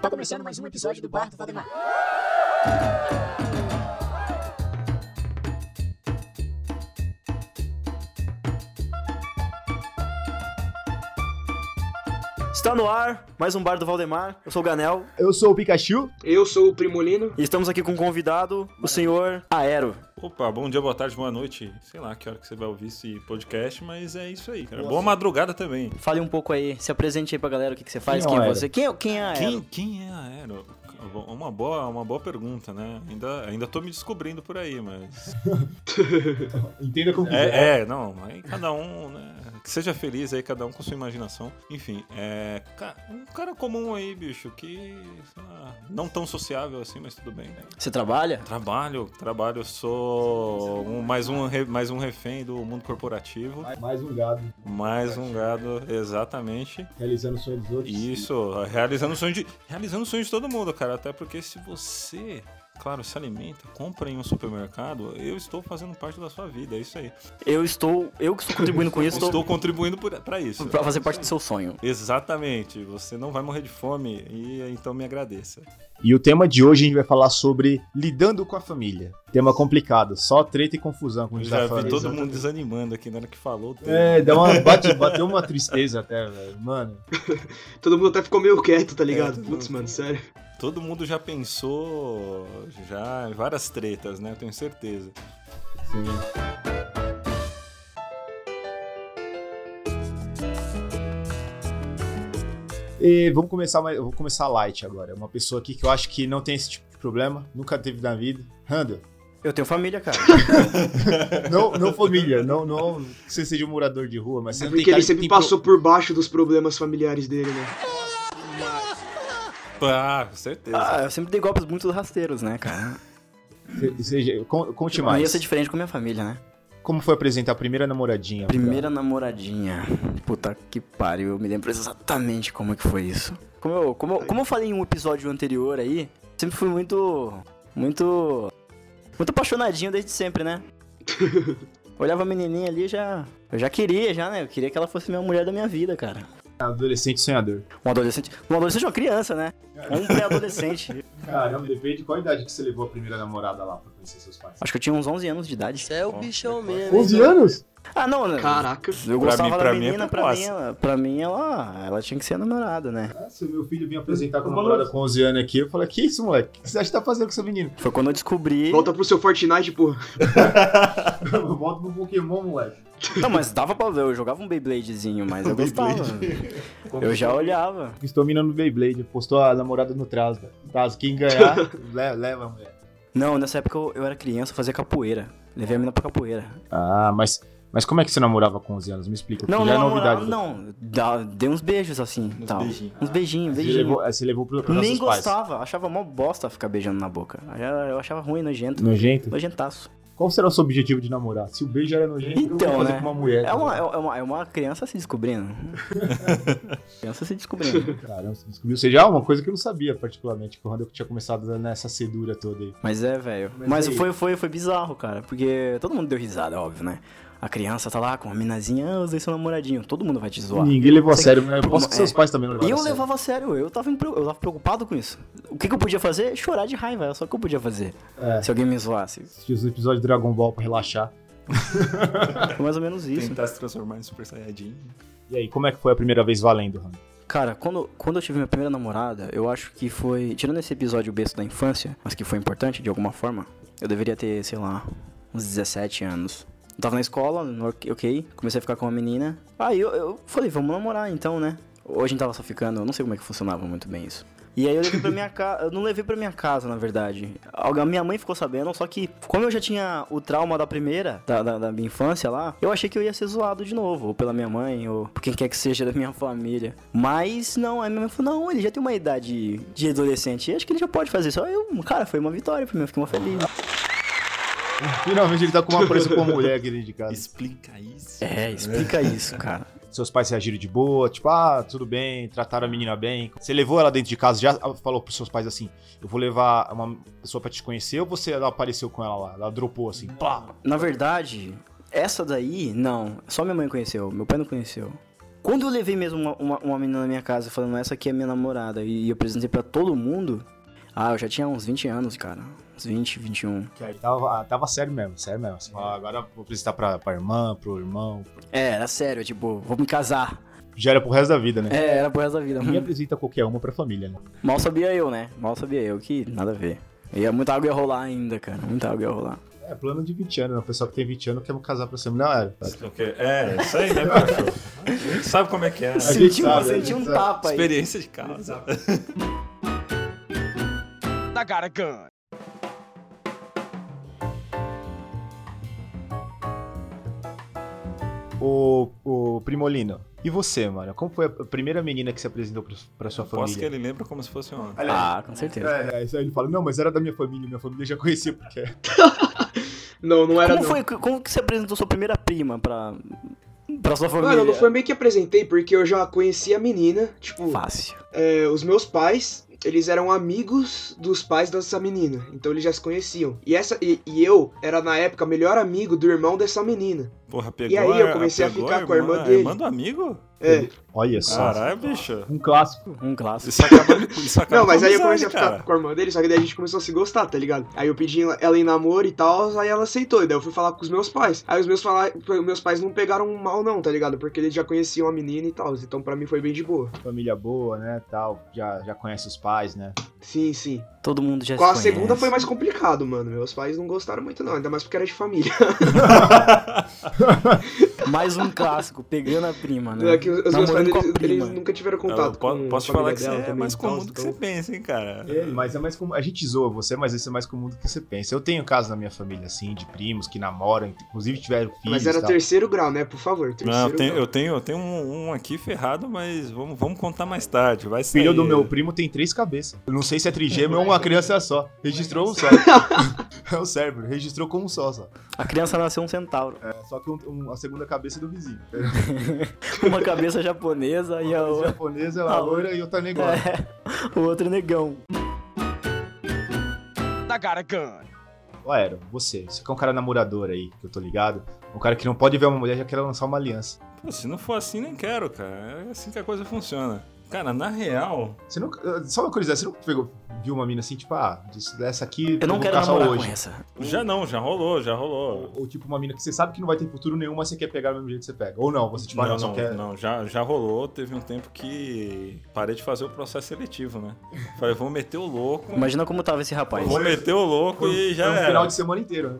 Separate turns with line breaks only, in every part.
Tá começando mais um episódio do Bar do Valdemar.
Está no ar mais um Bar do Valdemar. Eu sou o Ganel
Eu sou o Pikachu.
Eu sou o Primolino.
e estamos aqui com um convidado, o senhor Aero.
Opa, bom dia, boa tarde, boa noite. Sei lá que hora que você vai ouvir esse podcast, mas é isso aí, cara. Boa madrugada também.
Fale um pouco aí, se apresente aí pra galera o que, que você faz,
Quem é
quem,
o
é
Aero?
você. Quem, é- quem é Aero?
Quem, quem é a Aero? Uma boa, uma boa pergunta, né? Ainda, ainda tô me descobrindo por aí, mas.
Entenda como
É, é, não, aí cada um, né? Que seja feliz aí, cada um com sua imaginação. Enfim, é. ca- Um cara comum aí, bicho, que. sei lá, não tão sociável assim, mas tudo bem, né?
Você trabalha?
Trabalho, trabalho, eu sou um- mais, um, re- mais um refém do mundo corporativo.
Mais um gado
Mais um gado, exatamente.
realizando o sonho dos outros.
Isso, realizando o sonho de. Realizando o sonho de todo mundo, cara. Até porque se você, claro, se alimenta, compra em um supermercado, eu estou fazendo parte da sua vida, é isso aí.
Eu estou. Eu que estou contribuindo com isso,
Estou,
estou
contribuindo por- pra isso.
pra fazer parte do seu sonho.
Exatamente, você não vai morrer de fome e então me agradeça.
E o tema de hoje a gente vai falar sobre lidando com a família. Tema complicado, só treta e confusão com
Eu
gente
já
tá
vi
falando.
todo mundo desanimando aqui na hora que falou.
É, deu uma, bate, bateu uma tristeza até, velho. Mano,
Todo mundo até ficou meio quieto, tá ligado?
É, todo
Putz,
mundo.
mano, sério.
Todo mundo já pensou já em várias tretas, né? Eu tenho certeza.
E vamos começar, mais- eu vou começar light agora. É Uma pessoa aqui que eu acho que não tem esse tipo de problema, nunca teve na vida. Randall,
Eu tenho família, cara.
não, não família, não, não que você seja um morador de rua, mas você tem
É Porque
cara
ele
que tipo, tem
sempre passou por baixo dos problemas familiares dele, né?
Ah, com certeza.
Ah, eu sempre dei golpes muito rasteiros, né, cara?
pro- Seja, con- conte
Não ia
mais.
ser diferente com minha família, né?
Como foi apresentar a primeira
Tá
namoradinha?
Primeira namoradinha. Puta que pariu, eu me lembro exatamente como é que foi isso. Como eu, como eu, como eu falei em um episódio anterior aí, sempre fui muito. Muito. Muito apaixonadinho desde sempre, né? Olhava a menininha ali já. Eu já queria, já, né? Eu queria que ela fosse minha mulher da minha vida, cara.
Adolescente sonhador.
Um adolescente. Um adolescente é uma criança, né? Ou Um pré-adolescente.
Caramba, depende de qual idade que você levou a primeira namorada lá pra conhecer seus pais.
Acho que eu tinha uns 11 anos de idade.
Você é o bichão mesmo.
11 anos?
Ah, não, né?
Caraca.
Eu gostava
mim- pra
da
mim é
menina, pra mim,
precoce.
ela, pra mim ela, ela tinha que ser a namorada, né?
É, Se o meu filho vinha apresentar com uma namorada com 11 anos aqui, eu falei, que isso, moleque? O que você acha que tá fazendo com essa menina?
Foi quando eu descobri.
Volta pro seu Fortnite, pô.
Volta pro Pokémon, um moleque.
Não, mas dava pra ver, eu jogava um Beybladezinho, mas eu gostava. Eu já olhava.
Estou minando o Beyblade, postou a namorada no trás, velho. Trás, quem ganhar, le- leva, moleque.
Não, nessa época eu, eu era criança, eu fazia capoeira. Levei a menina pra capoeira.
Ah, mas, mas como é que você namorava com 11 anos? Me explica,
Não,
que já é
não,
novidade.
namorava, não. Dá, dei uns beijos assim e tal.
beijinhos.
Uns beijinhos,
Você
beijinhos.
levou, você levou pro, pros
Nem
nossos pais.
gostava, achava mó bosta ficar beijando na boca. Eu eu achava ruim, nojento.
Nojento?
Nojentaço.
Qual será o seu objetivo de namorar? Se o beijo era nojento, eu
Então,
vou fazer
né?
com uma mulher.
É
tá
uma,
ligado?
é uma, é uma criança se descobrindo. criança se descobrindo.
Caramba, você descobriu. Você já uma coisa que eu não sabia, particularmente, que o Randall tinha começado nessa cedura toda aí.
Mas é, velho.
Mas
Mas,
e aí?
foi, foi, foi bizarro, cara. Porque todo mundo deu risada, óbvio, né? A criança tá lá com a minazinha, ah, os dois são namoradinhos. Todo mundo vai te zoar.
Ninguém levou a
Sei-
sério, mas eu posso que
É.
seus pais também não
E
levaram
eu
a sério.
levava a sério, eu tava, impre- eu tava preocupado com isso. O que, que eu podia fazer? Chorar de raiva, era só o que eu podia fazer.
É.
Se alguém me zoasse.
Assisti os episódios de Dragon Ball pra relaxar.
Foi mais ou menos isso.
Tentar se transformar em Super Saiyajin.
E aí, como é que foi a primeira vez valendo, Randall?
Cara, quando, quando eu tive minha primeira namorada, eu acho que foi. Tirando esse episódio besta da infância, mas que foi importante de alguma forma, eu deveria ter, sei lá, uns 17 anos. Eu tava na escola, no, ok- ok, comecei a ficar com uma menina. Aí eu, eu falei, vamos namorar então, né? Ou a gente tava só ficando, eu não sei como é que funcionava muito bem isso. E aí eu levei pra minha casa. Eu não levei pra minha casa, na verdade. Algu- A minha mãe ficou sabendo, só que, como eu já tinha o trauma da primeira, da, da- da minha infância lá, eu achei que eu ia ser zoado de novo. Ou pela minha mãe, ou por quem quer que seja da minha família. Mas não, aí minha mãe falou: não, ele já tem uma idade de adolescente. Acho que ele já pode fazer isso. Aí eu, cara, foi uma vitória pra mim, eu fiquei uma feliz.
Finalmente ele tá com uma presa com uma mulher aqui dentro de casa.
Explica isso.
É, explica isso, cara.
Seus pais reagiram de boa, tipo, ah, tudo bem, trataram a menina bem. Você levou ela dentro de casa, já falou pros seus pais assim: eu vou levar uma pessoa pra te conhecer ou você ela apareceu com ela lá? Ela dropou assim, pá.
Na verdade, essa daí, não. Só minha mãe conheceu, meu pai não conheceu. Quando eu levei mesmo uma, uma, uma menina na minha casa falando, essa aqui é minha namorada, e eu apresentei pra todo mundo, ah, eu já tinha uns 20 anos, cara. Uns 20, 21.
Que aí tava, ah, tava sério mesmo, sério mesmo. assim. Você fala, Ah, agora vou apresentar pra, pra irmã, pro irmão.
É, era sério, tipo, vou me casar.
Gera pro resto da vida, né?
É, era pro resto da vida.
Ninguém apresenta qualquer uma pra família, né?
Mal sabia eu, né? Mal sabia eu que nada a ver. E muita água ia rolar ainda, cara. Muita água ia rolar.
É, plano de 20 anos, né? O pessoal que tem 20 anos quer casar pra sempre. Não, é. tá?
É, isso aí, né, bicho? A gente sabe como é que é. né?
Sim.
Senti, um-
sabe, a
senti
gente
um
sabe.
tapa aí.
Experiência de casa.
O, o Primolino. E você, mano? Como foi a primeira menina que se apresentou pra, pra sua
Posso que
família?
ele lembra como se fosse ontem.
Ah, com certeza.
É, é, isso aí ele fala, não, mas era da minha família, minha família já conhecia porque é.
Não, não era
Como
não.
foi? Como que você apresentou sua primeira prima pra, pra sua família?
Mano, não foi meio que apresentei, porque eu já conheci a menina.
Um
Tipo,
Fácil.
é, os meus pais, eles eram amigos dos pais dessa menina. Então eles já se conheciam. E, essa, e, e eu era, na época, melhor amigo do irmão dessa menina.
Porra, pegou
E aí eu
a-
comecei a
pegou
ficar com a irmã
A
dele.
irmã do amigo?
É.
Olha só.
Caralho, bicho.
Um clássico.
Um clássico.
Isso acaba, isso acaba
Não, mas
com
aí eu
amizade,
comecei a ficar
cara.
com a irmã dele, só que daí a gente começou a se gostar, tá ligado? Aí eu pedi ela em namoro e tal, aí ela aceitou, e daí eu fui falar com os meus pais. Aí os meus, fala... meus pais não pegaram mal não, tá ligado? Porque eles já conheciam a menina e tal, então pra mim foi bem de boa.
Família boa, né? Tal. Já, já conhece os pais, né?
Sim, sim.
é- Todo mundo já
Com a
se
segunda
conhece.
foi mais complicado, mano. Meus pais não gostaram muito não, ainda mais porque era de família.
Mais um clássico, pegando a prima, né?
É que os meus pais,
Namorando com a
eles,
prima.
eles nunca tiveram
Eu
contato
po-
com a
posso te falar
família
que você
dela
é
também
mais
e tal,
comum do que
então-
você pensa, hein, cara.
É, mas é mais comum. A gente zoa você, mas isso é mais comum do que você pensa. Eu tenho casos na minha família, assim, de primos que namoram, inclusive tiveram filhos.
Mas era
tal.
terceiro grau, né? Por favor, terceiro
tá.
então?
Não, eu tenho,
grau.
eu tenho, eu tenho um, um aqui ferrado, mas vamos, vamos contar mais tarde. Vai
O
sair.
filho do meu primo tem três cabeças. Eu não sei se é trigêmeo ou uma criança só. Registrou um só. é o cérebro, registrou como um só, só.
A criança nasceu um centauro.
É, só que um- um- a segunda cabeça é do vizinho.
É.
Uma cabeça japonesa e a
A
outra...
japonesa, ela é loira e outra negócio.
É, o outro é negão.
Ô, Aero, você, você que é um cara namorador aí, que eu tô ligado. Um cara que não pode ver uma mulher já quer lançar uma aliança.
Pô, se não for assim, nem quero, cara. É assim que a coisa funciona. Cara, na real,
Você não, só uma curiosidade, você não pegou, viu uma mina assim, tipo, ah, disso- dessa aqui
Eu não
vou
quero
ficar só
namorar
hoje.
com essa.
já não, já rolou, já rolou.
Ou, ou tipo uma mina que você sabe que não vai ter futuro nenhum, mas você quer pegar do mesmo jeito que você pega. Ou não, você tipo, ah,
não,
não, só
não,
quer.
não, já, já rolou. Teve um tempo que parei de fazer o processo seletivo, né? Falei, vou meter o louco.
Imagina como tava esse rapaz.
Vou meter o louco e já
é um
era.
final de semana inteiro, né?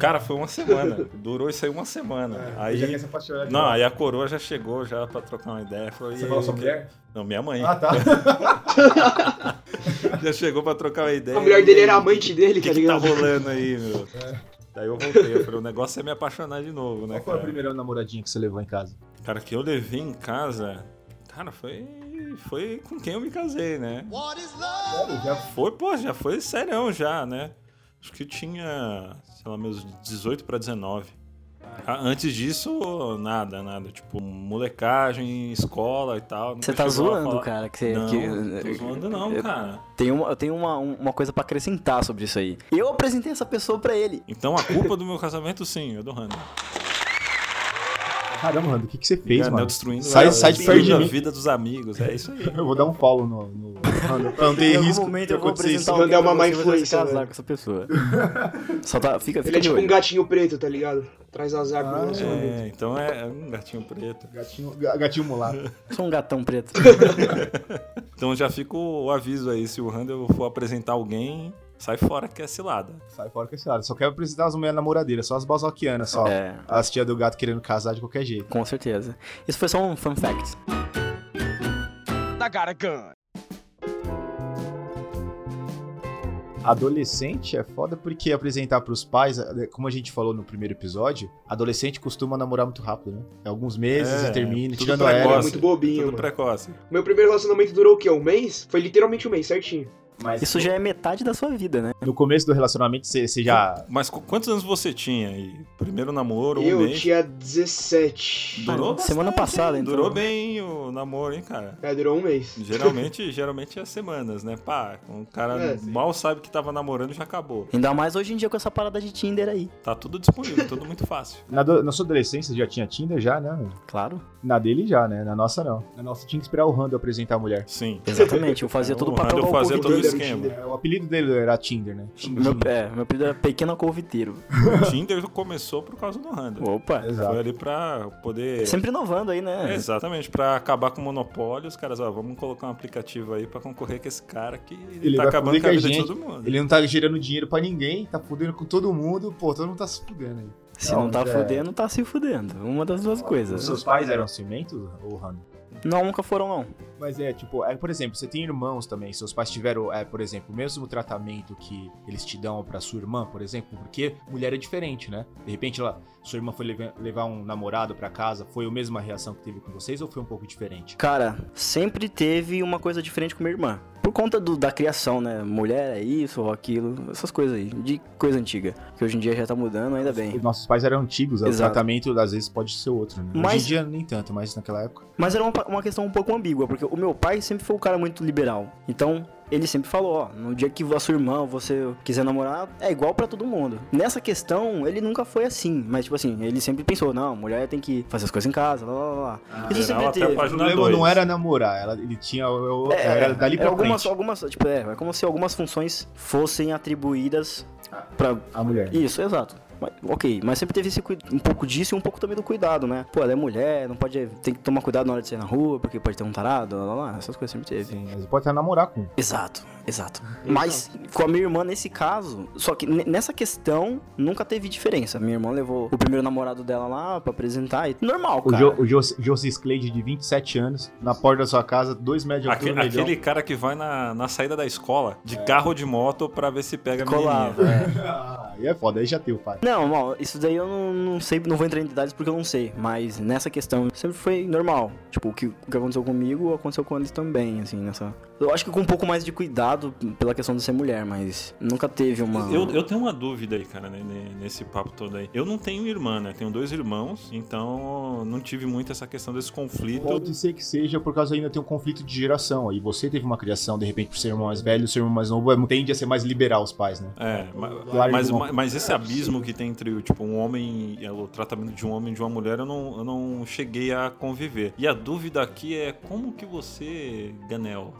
Cara, foi uma semana. Durou isso aí uma semana. aí
É, já quer se apaixonar. de
Não,
novo.
aí a coroa já chegou já pra trocar uma ideia. Falou, e
Você
aí,
falou sua
o quê?
mulher?
Não, minha mãe.
Ah, tá.
né,
Já chegou pra trocar uma ideia.
A mulher
E
dele
aí,
era amante dele, tá
O que, que tá
ligado?
rolando aí, meu? Daí eu voltei. Eu falei, o negócio é me apaixonar de novo, né,
É. Qual foi a
cara?
primeira namoradinha que você levou em casa?
Cara, que eu levei em casa... Cara, foi... Foi com quem eu me casei, né? Foi, pô, já foi serão já, né? Acho que eu tinha, sei lá, meus 18 pra 19. Ah, Antes disso, nada, nada. Tipo, molecagem, escola e tal. nunca
Você tá
chegou a
zoando,
falar-
cara, que você...
Não,
que-
tô zoando não,
eu-
cara.
Tem uma, eu tenho uma, um- uma coisa pra acrescentar sobre isso aí. Eu apresentei essa pessoa pra ele.
Então a culpa do meu casamento, sim, é do Randall.
Caramba, Rando, o que, que você fez,
Randall
mano?
destruindo
Sai-
a,
sai de
destruindo
perto de
a
mim.
vida dos amigos, é isso aí.
Eu vou dar um follow no. no... Rando, pra não ter
em algum
risco.
momento
de
eu vou
acontecer isso.
apresentar
Mandar
alguém pra
uma má
você, você vai se
influência,
casar
velho.
com essa pessoa. Só tá, fica,
Ele
fica
é
de
tipo um
olho.
gatinho preto, tá ligado? Traz azar pro
Ah,
nosso amigo.
É, então é um gatinho preto.
Gatinho, ga- gatinho mulato.
Sou um gatão preto.
Então já fica o aviso aí, se o Randall for apresentar alguém, sai fora que é cilada.
Sai fora com esse lado. Só quero apresentar as mulheres namoradeiras, só as basoquianas, só.
É,
As tia do gato querendo casar de qualquer jeito.
com certeza. Isso foi só um fun fact. é.
Adolescente é foda porque apresentar pros pais, eh, como a gente falou no primeiro episódio, adolescente costuma namorar muito rápido, né? É alguns meses
É,
e termina,
tudo
tirando
pra
a
Ele
Nossa,
era
era.
nós.
muito Tipo, bobinho,
Tudo
mano.
precoce.
Meu primeiro relacionamento durou o quê? Um mês? Foi literalmente um mês, certinho.
Mas
Isso já é metade da sua vida, né?
no começo do relacionamento você você já.
Mas qu- quantos anos você tinha aí? Primeiro namoro, um
eu
mês?
tinha 17.
Durou
Semana passada,
hein?
então.
Durou bem o namoro, hein, cara?
É, durou um mês.
Geralmente, geralmente é semanas, né? Pá, um cara
É, sim.
mal sabe que tava namorando e já acabou.
Ainda mais hoje em dia com essa parada de Tinder aí.
Tá tudo disponível, tudo muito fácil.
Na, do- na sua adolescência já tinha Tinder, já, né?
Claro.
Na dele já, né? Na nossa não. Na nossa tinha que esperar o Rando apresentar a mulher.
Sim. Então,
Exatamente. Eu fazia
É, O
todo o papel um
Randall
mal
fazia todo o
corrido.
convidado.
esquema.
É, O apelido dele era Tinder, né?
Meu, é, meu apelido era Pequeno Corviteiro. né?
O Tinder começou por causa do Randall.
Opa.
Exato.
Foi ali pra poder.
Sempre inovando aí, né?
É, Exatamente, pra acabar com o monopólio, os caras, ó, vamos colocar um aplicativo aí pra concorrer com esse cara que
Ele
tá
vai
acabando
foder
com a
com a
vida de
gente.
todo mundo.
Ele não tá gerando dinheiro pra ninguém, tá fudendo com todo mundo, pô, todo mundo tá se fudendo aí.
Se não,
Não,
tá
mas é- Ah,
fudendo, tá se fudendo. Uma das duas coisas.
Seus pais eram ciumentos, ou Rando?
Não, nunca foram, não.
Mas é, tipo, é, por exemplo, você tem irmãos também, seus pais tiveram, é, por exemplo, o mesmo tratamento que eles te dão pra sua irmã, por exemplo, porque mulher é diferente, né? De repente, ela, sua irmã foi leva- levar um namorado pra casa, foi a mesma reação que teve com vocês ou foi um pouco diferente?
Cara, sempre teve uma coisa diferente com minha irmã. Por conta do- da criação, né? Mulher é isso ou aquilo, essas coisas aí, de coisa antiga. Que hoje em dia já tá mudando, ainda bem.
Os Nossos pais eram antigos, o
Exato.
tratamento às vezes pode ser outro, né?
Mas-
Hoje em dia nem tanto, mas naquela época.
Mas era uma, pa- uma questão um pouco ambígua, porque o meu pai sempre foi um cara muito liberal. Então, ele sempre falou, ó, no dia que a sua irmã ou você quiser namorar, é igual pra todo mundo. Nessa questão, ele nunca foi assim. Mas, tipo assim, ele sempre pensou, não, mulher tem que fazer as coisas em casa, lá, lá, lá. Isso
Ah, Geral,
sempre
até a
teve.
O
página
problema
dois.
não é era namorar, ela, ele tinha. Eu,
É,
né?
era dali
é
pra
algumas,
frente.
algumas, tipo, é, é como se algumas funções fossem atribuídas
Ah.
pra,
A mulher.
Isso, exato. Mas- ok, mas sempre teve esse, cui- um pouco disso e um pouco também do cuidado, né? Pô, ela é mulher, não pode. Tem que tomar cuidado na hora de sair na rua, porque pode ter um tarado, lá, lá, lá, essas coisas sempre teve.
Sim, mas pode até namorar com. um.
Exato, exato. Mas com a minha irmã nesse caso, só que ne- nessa questão nunca teve diferença. Minha irmã levou o primeiro namorado dela lá pra apresentar e normal,
O,
cara.
jo, o Jos- Josis Cleide, de 27 anos, na porta da sua casa, dois metros de
Aque-
altura, um negão.
aquele cara que vai na, na saída da escola de carro ou de moto pra ver se pega a
Colava,
menininha.
Ah, Aí é foda, aí já tem o pai.
Não, bom, isso daí eu não, não sei, não vou entrar em detalhes porque eu não sei, mas nessa questão sempre foi normal. Tipo, o que, o que aconteceu comigo aconteceu com eles também, assim, nessa. Eu acho que com um pouco mais de cuidado pela questão de ser mulher, mas nunca teve uma.
Eu, eu tenho uma dúvida aí, cara, né, ne- nesse papo todo aí. Eu não tenho irmã, né? Tenho dois irmãos, então não tive muito essa questão desse conflito.
Pode ser que seja por causa ainda tem um conflito de geração. Aí você teve uma criação, de repente, por ser irmão mais velho, ser irmão mais novo, é- tende a ser mais liberal os pais, né?
É, ma-
Claro,
mas,
irmão.
ma- mas esse abismo que tem entre tipo, um homem e o tratamento de um homem e de uma mulher, eu não, eu não cheguei a conviver. E a dúvida aqui é como que você, Ganel,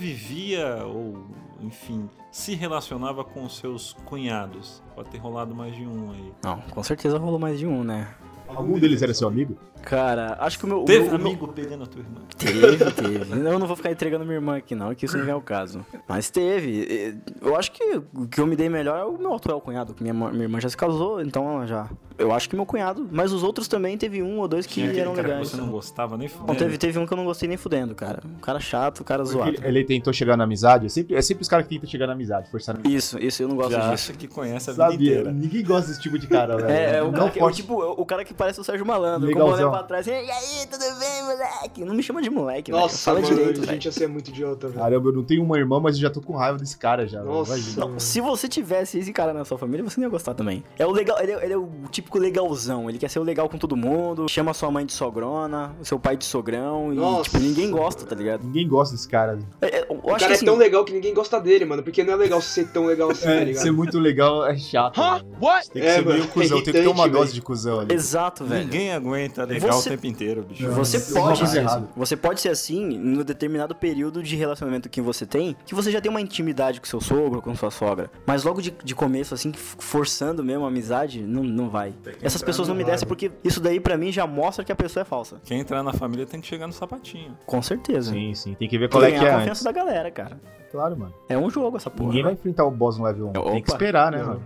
convivia ou, enfim, se relacionava com os seus cunhados? Pode ter rolado mais de um aí.
Não, com certeza rolou mais de um, né?
Algum deles era seu amigo?
Tá Cara, acho que o meu. o
Teve
meu- o meu-
amigo pegando a tua irmã.
Teve, teve. Eu não vou ficar entregando minha irmã aqui, não, que isso não é o caso. Mas teve. E Eu acho que o que eu me dei melhor é o meu atual cunhado, que minha, ma- minha irmã já se casou, então ela já. Eu acho que meu cunhado, mas os outros também teve um ou dois que
Tinha
eram
aquele cara que
legais.
você não gostava nem
Bom,
fudendo.
teve, teve um que eu não gostei nem fudendo, cara. Um cara chato, um cara zoado.
Ele, ele tentou chegar na amizade. É sempre, é sempre os caras que tentam chegar na amizade, forçar na amizade.
Isso, isso, eu não gosto
Já
disso.
acha que conhece a vida
Sabia,
inteira.
ninguém gosta desse tipo de cara, velho.
É, é o,
não
cara que,
pode.
o tipo, o cara que parece o Sérgio Malandro, como
Legalzão.
olha pra trás, e aí, tudo bem, moleque? Não me chama de moleque, velho.
Nossa,
Fala
mano,
direito,
gente,
velho.
ia ser muito idiota, velho.
Caramba, eu não tenho uma irmã, mas eu já tô com raiva desse cara já. velho.
Nossa.
Imagina.
mano.
Se você tivesse esse cara na sua família, você não ia gostar também. É o legal, ele é, ele é o típico legalzão. Ele quer ser o legal com todo mundo, chama sua mãe de sogrona, o seu pai de sogrão, e
Nossa.
tipo, ninguém gosta, tá ligado?
Ninguém gosta desse cara.
É, é, eu
O
acho que
cara
assim,
é tão legal que ninguém gosta dele, mano. Porque não é legal ser tão legal assim, tá
É,
ligado?
ser muito legal é chato. velho. Tem que
É,
ser
mano,
meio cuzão,
é
tem que ter uma
irritante,
dose
velho.
de cuzão ali.
Exato, velho.
Ninguém aguenta legal
Você-
o tempo inteiro, bicho.
Você
Isso é uma
pode
coisa
ser
errada.
assim. Você pode ser assim no determinado período de relacionamento que você tem, que você já tem uma intimidade com seu sogro, com sua sogra. Mas logo de, de começo, assim, f- forçando mesmo a amizade, não, não vai. Essas pessoas não me descem porque isso daí pra mim já mostra que a pessoa é falsa.
Quem entrar na família tem que chegar no sapatinho.
Com certeza.
Sim, sim. Tem que ver
Tem
qual
que
é que
ganhar
é
a confiança
antes.
da galera, cara.
Claro, mano.
É um jogo essa porra.
Ninguém vai enfrentar o boss no level 1. Tem que
Opa.
esperar, né, mano?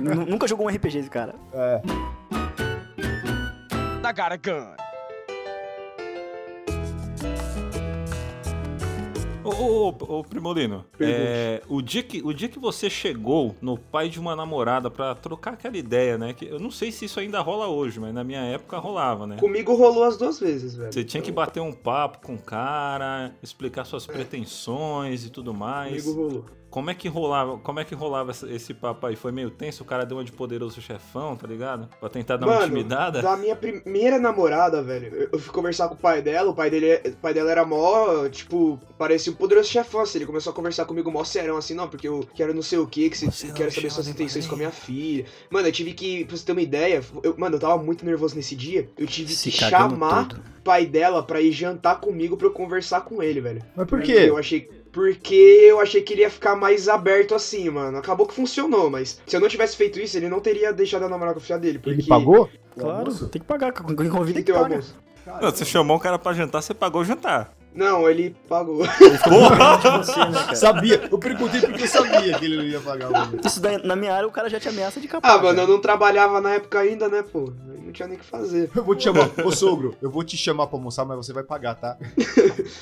Nu- Nunca jogou um RPG esse cara.
I got a gun.
Ô, ô, ô, ô, Primolino, é, o, dia que, o dia que você chegou no pai de uma namorada pra trocar aquela ideia, né? Que eu não sei se isso ainda rola hoje, mas na minha época rolava, né?
Comigo rolou as duas vezes, velho.
Você tinha que bater um papo com o cara, explicar
É.
suas pretensões e tudo mais.
Comigo rolou.
Como é que rolava, como é que rolava essa- esse papo aí? Foi meio tenso, o cara deu uma de poderoso chefão, tá ligado? Pra tentar dar uma intimidada.
da minha primeira namorada, velho, eu- eu fui conversar com o pai dela, o pai, dele, o pai dela era mó, tipo, parecia um poderoso chefão, assim, ele começou a conversar comigo mó serão, assim, não, porque eu quero não sei o que, que se-
Você não
quero saber
chama
suas
de
intenções
maneiro.
com a minha filha. Mano, eu tive que, pra você ter uma ideia, eu- mano, eu tava muito nervoso nesse dia, eu tive
Se
que
cagando
chamar
todo.
o pai dela pra ir jantar comigo pra eu conversar com ele, velho.
Mas por
Porque
quê?
Eu achei. Porque eu achei que ele ia ficar mais aberto assim, mano. Acabou que funcionou, mas se eu não tivesse feito isso, ele não teria deixado a namorar com a filha dele. Porque
Ele pagou?
Claro, tem que pagar. Quem convida
Quem
que
deu o
paga.
almoço?
Não, você chamou o cara pra jantar, você pagou o jantar.
Não, ele pagou.
Você, né, cara?
Sabia. Eu perguntei porque eu sabia que ele não ia pagar o Uber.
Isso daí, na minha área, o cara já te ameaça de capaz.
Ah, mano,
é.
né?
eu não trabalhava na época ainda, né, pô? Eu Não tinha nem o que fazer.
Eu vou te chamar. Ô, sogro, eu vou te chamar pra almoçar, mas você vai pagar, tá?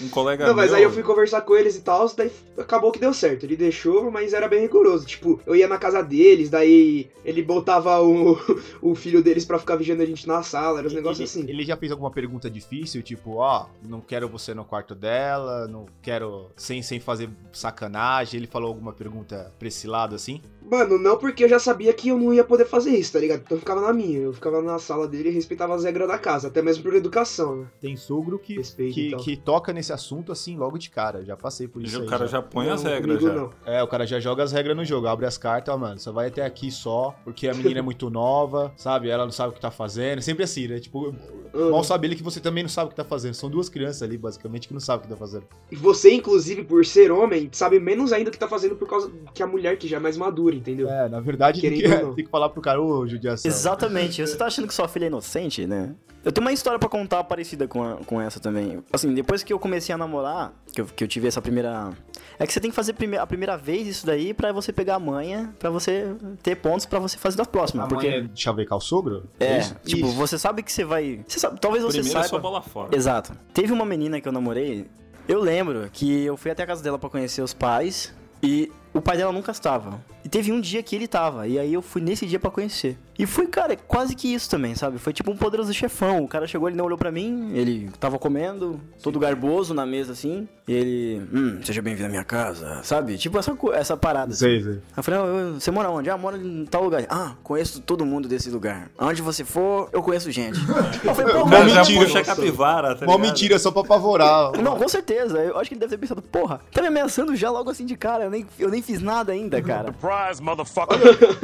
Um colega
Não, mas
meu-
aí eu fui conversar com eles e tal, daí acabou que deu certo. Ele deixou, mas era bem rigoroso. Tipo, eu ia na casa deles, daí ele botava o, o filho deles pra ficar vigiando a gente na sala, era uns negócios
ele,
assim.
ele já fez alguma pergunta difícil, tipo, ó, não quero você no quarto dela, não quero. Sem, sem fazer sacanagem. Ele falou alguma pergunta pra esse lado assim?
Mano, não porque eu já sabia que eu não ia poder fazer isso, tá ligado? Então eu ficava na minha, eu ficava na sala dele e respeitava as regras da casa, até mesmo por educação, né?
Tem sogro que,
Respeito e
que,
tal.
que toca nesse assunto assim logo de cara. Já passei por isso.
O
aí,
cara já põe
Não,
as regras
comigo
já.
não.
É, o cara já joga as regras no jogo, abre as cartas, ó, mano, só vai até aqui só, porque a menina é muito nova, sabe? Ela não sabe o que tá fazendo, sempre assim, né? Tipo,
Ah.
mal sabe ele que você também não sabe o que tá fazendo. São duas crianças ali, basicamente, que não sabem o que tá fazendo.
E você, inclusive, por ser homem, sabe menos ainda o que tá fazendo por causa que a mulher que já é mais madura, entendeu?
É, na verdade, tem que,
Querendo ou não.
tem que falar pro cara, ô, judiação.
Exatamente. Você tá achando que sua filha é inocente, né? Eu tenho uma história pra contar parecida com, a- com essa também. Assim, depois que eu comecei a namorar, que eu, que eu tive essa primeira. É que você tem que fazer prime- a primeira vez isso daí pra você pegar a manha, pra você ter pontos pra você fazer da próxima.
A
porque.
mãe é chavecar o sogro?
É,
isso?
tipo,
Isso.
você sabe que você vai. Você sabe, talvez você
Primeiro é só
saiba.
bola fora.
Exato. Teve uma menina que eu namorei. Eu lembro que eu fui até a casa dela pra conhecer os pais e o pai dela nunca estava. E teve um dia que ele tava, e aí eu fui nesse dia pra conhecer. E foi, cara, quase que isso também, sabe? Foi tipo um poderoso chefão. O cara chegou, ele não olhou pra mim, ele tava comendo, todo garboso na mesa assim, e ele, hum, seja bem-vindo à minha casa, sabe? Tipo essa co- essa parada. assim.
Sei, sei.
Eu falei, "Ah, eu- você mora onde? Ah, moro em tal lugar. Ah, conheço todo mundo desse lugar. Aonde você for, eu conheço gente. Eu falei, pô,
O
Mó
cara
mas-
já
mentira,
puxa a
nossa.
capivara, tá
Mó
ligado?
mentira, só pra apavorar.
Não, com certeza. Eu acho que ele deve ter pensado, porra, tá me ameaçando já logo assim de cara. Eu nem, eu nem fiz nada ainda, cara.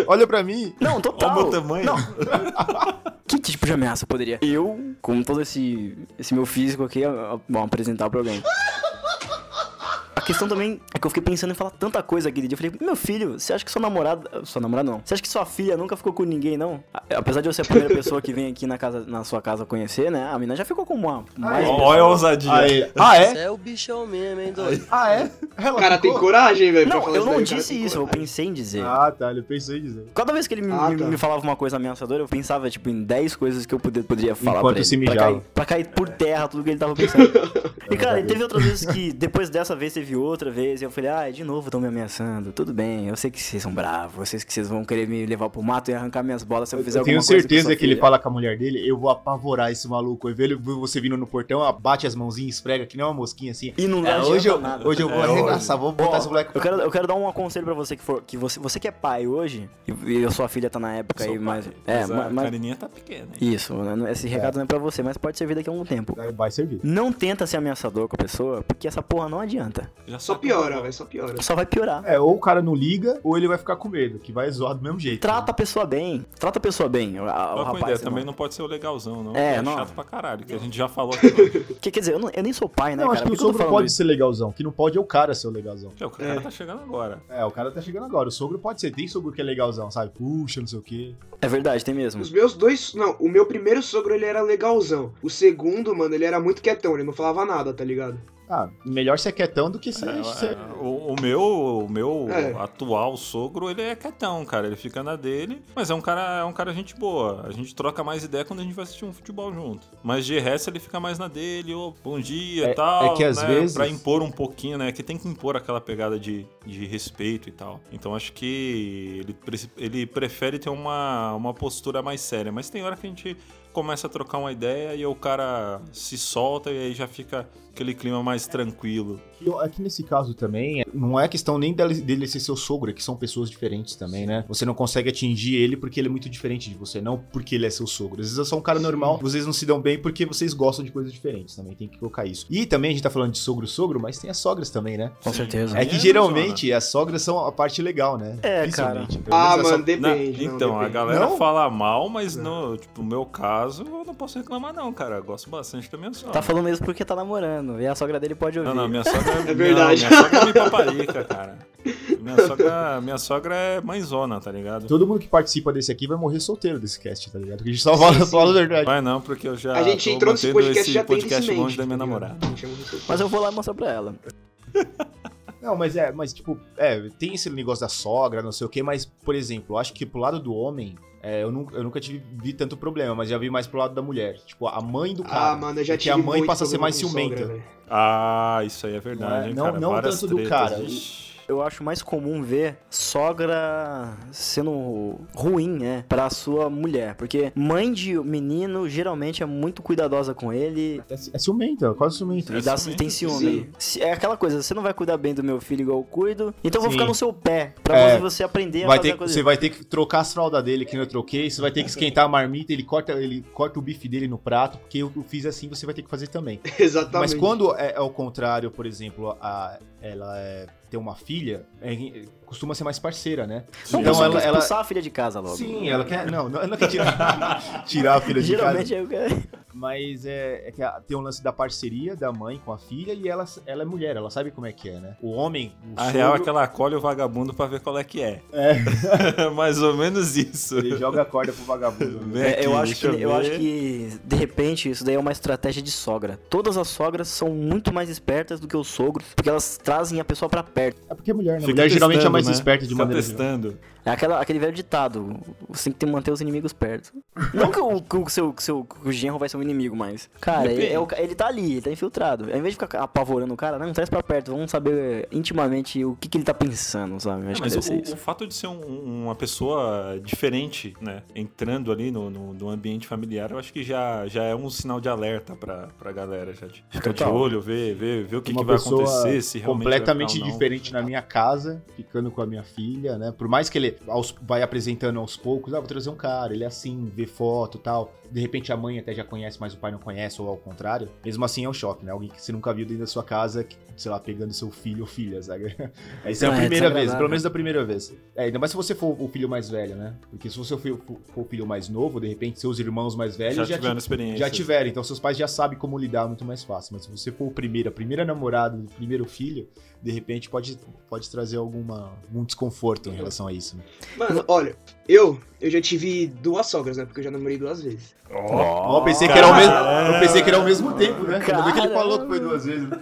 Olha pra mim.
Não,
Olha
total.
o meu tamanho.
Não. Que tipo de ameaça poderia eu, com todo esse, esse meu físico aqui, a- a- bom, apresentar pra alguém? A questão também é que eu fiquei pensando em falar tanta coisa aquele dia. Eu falei, meu filho, você acha que sua namorada. Sua namorada não. Você acha que sua filha nunca ficou com ninguém, não? A- Apesar de eu ser a primeira pessoa que vem aqui na, casa, na sua casa conhecer, né? A mina já ficou com uma. Mais
Ó, Olha a ousadia.
Aí. Ah, é?
Você é o bichão mesmo, hein, doido?
Ah, é? Ela
O cara tem
ficou?
coragem, velho, pra
Não,
falar
eu não
daí, o cara
disse
tem
isso, eu
coragem.
pensei em dizer.
Ah, tá, ele pensou em dizer.
Cada vez que ele me,
Ah,
me-
tá.
me falava uma coisa ameaçadora, eu pensava, tipo, em 10 coisas que eu poder- poderia falar
Enquanto
pra ele.
se
pra,
mijava.
cair, pra cair por terra tudo que ele tava pensando. e, cara, e teve outras vezes que, depois dessa vez, teve outra vez, e eu falei, ah, de novo estão me ameaçando. Tudo bem, eu sei que vocês são bravos, eu sei que vocês vão querer me levar pro mato e arrancar minhas bolas se eu fizer
Eu
alguma
tenho
coisa com
certeza
sua
que ele
filha."
fala com a mulher dele, eu vou apavorar esse maluco. Eu vejo você vindo no portão, abate as mãozinhas, esfrega, que nem uma mosquinha assim.
E não
É,
adianta
hoje, eu,
nada.
hoje eu vou
É, hoje.
arregaçar, vou botar esse moleque.
Eu quero, eu quero dar um aconselho pra você que for. Que você, você que é pai hoje, e, e a sua filha tá na época
Sou
aí, mas.
pai,
É,
mas
mas.
a carininha tá pequena. hein?
Isso, né, esse recado não é pra você, mas pode servir daqui a algum tempo.
Vai servir.
Não tenta ser ameaçador com a pessoa, porque essa porra não adianta.
Já
Só
tá-
piora, velho, só piora.
Só vai piorar.
É, ou o cara não liga, ou ele vai ficar com medo, que vai zoar do mesmo jeito.
Trata a pessoa bem. Trata a pessoa bem. O, a- o
Olha com
rapaz.
ideia,
sei
também né?
lá.
não pode ser o legalzão, não.
É,
É,
não.
chato pra caralho, que a gente já falou aqui.
Que, quer dizer, eu, não- eu nem sou pai, né,
Não, acho
cara?
que o
Por que eu tô
sogro
falando
pode
isso?
ser legalzão, que não pode é o cara ser o legalzão.
o cara tá chegando agora.
É, o cara tá chegando agora, o sogro pode ser, tem sogro que é legalzão, sabe? Puxa, não sei o quê.
É verdade, tem mesmo.
Os meus dois. Não, o meu primeiro sogro ele era legalzão. O segundo, mano, ele era muito quietão, ele não falava nada, tá ligado?
Ah, melhor ser quietão do que ser.
É,
ser-
é, o, o meu, o meu
É.
atual sogro, ele é quietão, cara. Ele fica na dele, mas é um cara, é um cara gente boa. A gente troca mais ideia quando a gente vai assistir um futebol junto. Mas de resto ele fica mais na dele, ô, bom dia
É-
e tal.
é que às
né?
vezes-
Pra impor um pouquinho, né? Que tem que impor aquela pegada de, de respeito e tal. Então acho que ele, pre- ele prefere ter uma, uma postura mais séria. Mas tem hora que a gente começa a trocar uma ideia e o cara se solta e aí já fica aquele clima mais tranquilo.
E eu- Aqui nesse caso também, é- não é questão nem dele, dele ser seu sogro, é que são pessoas diferentes também, né? Você não consegue atingir ele porque ele é muito diferente de você, não porque ele é seu sogro. Às vezes é só um cara normal, vocês não se dão bem porque vocês gostam de coisas diferentes também, tem que colocar isso. E também a gente tá falando de sogro-sogro, mas tem as sogras também, né?
Com certeza.
É que
É,
geralmente as sogras são a parte legal, né?
É,
Dificilmente, pelo menos a
Ah, mano,
sogra-
Na-
depende. não,
então, a
depende.
galera
Não?
fala mal, mas no tipo, meu caso, eu não posso reclamar, não, cara. Eu gosto bastante da minha sogra.
Tá falando mesmo porque tá namorando. E a sogra dele pode ouvir.
não, não, minha sogra não,
É verdade.
minha sogra é me paparica, cara. Minha sogra, minha sogra é mãezona, tá ligado?
Todo mundo que participa desse aqui vai morrer solteiro desse cast, tá ligado? Porque a gente só fala, fala a verdade.
Vai não, porque eu já.
A gente
tô
entrou nesse
mantendo
podcast
esse
já tem
podcast
isso em mente.
longe da minha
tá ligado?
namorada.
A gente é muito-
Mas eu vou lá mostrar pra ela.
Não, mas é, mas tipo, é, tem esse negócio da sogra, não sei o quê, mas, por exemplo, eu acho que pro lado do homem, é, eu, nunca, eu nunca tive, vi tanto problema, mas já vi mais pro lado da mulher. Tipo, a mãe do cara.
Ah, mano, eu já
porque
tive
a mãe
muito
passa a ser
problema
mais
com sogra,
ciumenta.
velho.
Ah, isso aí é verdade, hein,
Não,
cara.
não
Várias
tanto do
tretas,
cara.
ixi.
Eu acho mais comum ver sogra sendo ruim, né? Pra sua mulher. Porque mãe de menino geralmente é muito cuidadosa com ele.
É, ci- é ciumenta, quase ciumenta.
E dá, tem ciúme.
Sim.
Se- É aquela coisa, você não vai cuidar bem do meu filho igual eu cuido, então eu vou
Sim.
ficar no seu pé, pra
É,
você aprender a
Vai
fazer
ter,
a coisa.
você vai ter que trocar as fraldas dele, que nem eu troquei. Você vai ter que esquentar a marmita, ele corta, ele corta o bife dele no prato, porque eu fiz assim, você vai ter que fazer também.
Exatamente.
Mas quando é, ao contrário, por exemplo, a, ela é, tem uma filha, é- costuma ser mais parceira, né? então
Não,
ela-
então ela,
ela-
expulsar a filha de casa logo.
Sim, ela quer. Não, não- ela quer tirar, tirar a filha de casa.
Geralmente é o que
Mas é, é que a- tem um lance da parceria da mãe com a filha e ela, ela é mulher, ela sabe como é que é, né? O homem, o
A
sogro,
real é que ela acolhe o vagabundo pra ver qual é que é. É. Mais ou menos isso.
ele joga a corda pro vagabundo. né?
Vem
É, eu,
aqui,
acho que,
deixa
eu acho
ver.
que, de repente, isso daí é uma estratégia de sogra. Todas as sogras são muito mais espertas do que os sogros, porque elas trazem a pessoa pra perto.
É porque é mulher, né?
Fica
mulher geralmente é
testando,
mais
né?
esperta de
Fica
maneira geral.
testando.
É aquela- aquele velho ditado: você tem que manter os inimigos perto. Não que o, que o seu, que o seu que o genro vai ser um inimigo, mas. Cara, ele, é o ca- ele tá ali, ele tá infiltrado. Ao invés de ficar apavorando o cara, não, traz pra perto, vamos saber intimamente o que, que ele tá pensando, sabe? Eu
Ah,
É,
Acho que
mas
deve ser
o, o
isso.
fato de ser um- uma pessoa diferente, né? Entrando ali no, no- no ambiente familiar, eu acho que já, já é um sinal de alerta pra, pra galera, já. de Ficar de
Total.
olho, ver, ver, ver o que,
Uma
que vai
pessoa
acontecer, se realmente. vai
completamente
ficar ou não.
diferente na minha casa, ficando com a minha filha, né? Por mais que ele aos- vai apresentando aos poucos, ah, vou trazer um cara, ele é assim, vê foto e tal. De repente a mãe até já conhece, mas o pai não conhece, ou ao contrário. Mesmo assim é um choque, né? Alguém que você nunca viu dentro da sua casa, que, sei lá, pegando seu filho ou filha, sabe? Essa é a
Ah, é
primeira vez,
desagradável.
pelo menos da primeira vez. É, ainda mais se você for o filho mais velho, né? Porque se você for for o filho mais novo, de repente seus irmãos mais velhos
Já,
já, te
tiveram experiência.
já tiveram, então seus pais já sabem como lidar muito mais fácil. Mas se você for o primeiro, a primeira namorada, o primeiro filho, de repente pode, pode trazer alguma, algum desconforto em relação a isso. né?
Mano, olha, eu, eu já tive duas sogras, né? Porque eu já namorei duas vezes.
Então, eu, pensei que era ao mesmo,
caramba.
eu pensei que era ao mesmo tempo, né? Ainda bem que ele
Caramba.
falou que foi duas vezes. né?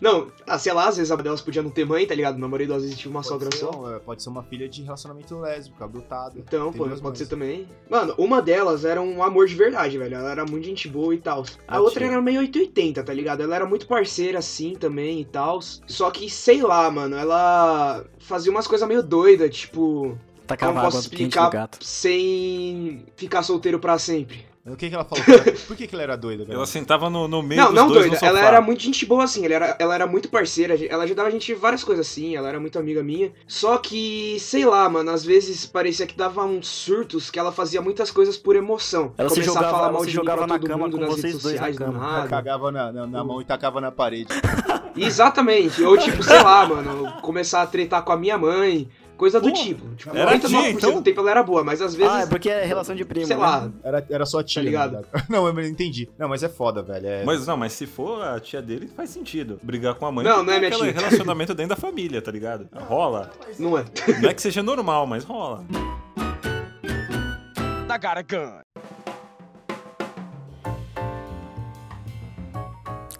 Não, ah, sei lá, às vezes a delas podia não ter mãe, tá ligado? Namorei duas vezes e tive uma sogra
Pode ser,
só.
é, pode ser uma filha de relacionamento lésbico, adotada.
Então,
Tem
pô,
duas
pode ser
mães.
também. Mano, uma delas era um amor de verdade, velho. Ela era muito gente boa e tal.
Ah,
A outra era meio 880, tá ligado? Ela era muito parceira, assim, também e tal. Só que, sei lá, mano, ela fazia umas coisas meio doidas, tipo...
Tá
Eu não
cavado
posso
quente do
explicar
gato.
sem ficar solteiro pra sempre.
Mas O que, que ela falou? Por que- Por que, que ela era doida, velho?
Ela sentava no, no meio
Não,
dos
não
dois
doida.
no sofá.
Ela era muito gente boa, assim. Ela era, ela era muito parceira. Ela ajudava a gente em várias coisas, assim. Ela era muito amiga minha. Só que, sei lá, mano. Às vezes parecia que dava uns surtos que ela fazia muitas coisas por emoção.
Ela se
Começar
jogava-
a falar
ela
mal
se
de mim
jogava
pra
na
todo
cama
mundo
com
nas
vocês
redes
dois na
sociais, do
cama.
Ela
nada.
cagava na, na- na mão e tacava na parede.
Exatamente. Ou, tipo, sei lá, mano. Começar a tretar com a minha mãe. Coisa do
Pô,
tipo. Tipo,
era tia,
99%
então?
do tempo ela era boa, mas às vezes.
Ah, é porque é relação de primo.
sei
né?
lá.
Era, era só tia. na
ligado?
verdade. Não, eu entendi. Não, mas é foda, velho. É,
Mas não, mas se for a tia dele, faz sentido. Brigar com a mãe.
Não,
porque
não é
tem
minha
aquele
tia.
relacionamento dentro da família, tá ligado? Rola.
Não é.
Não é que seja normal, mas rola.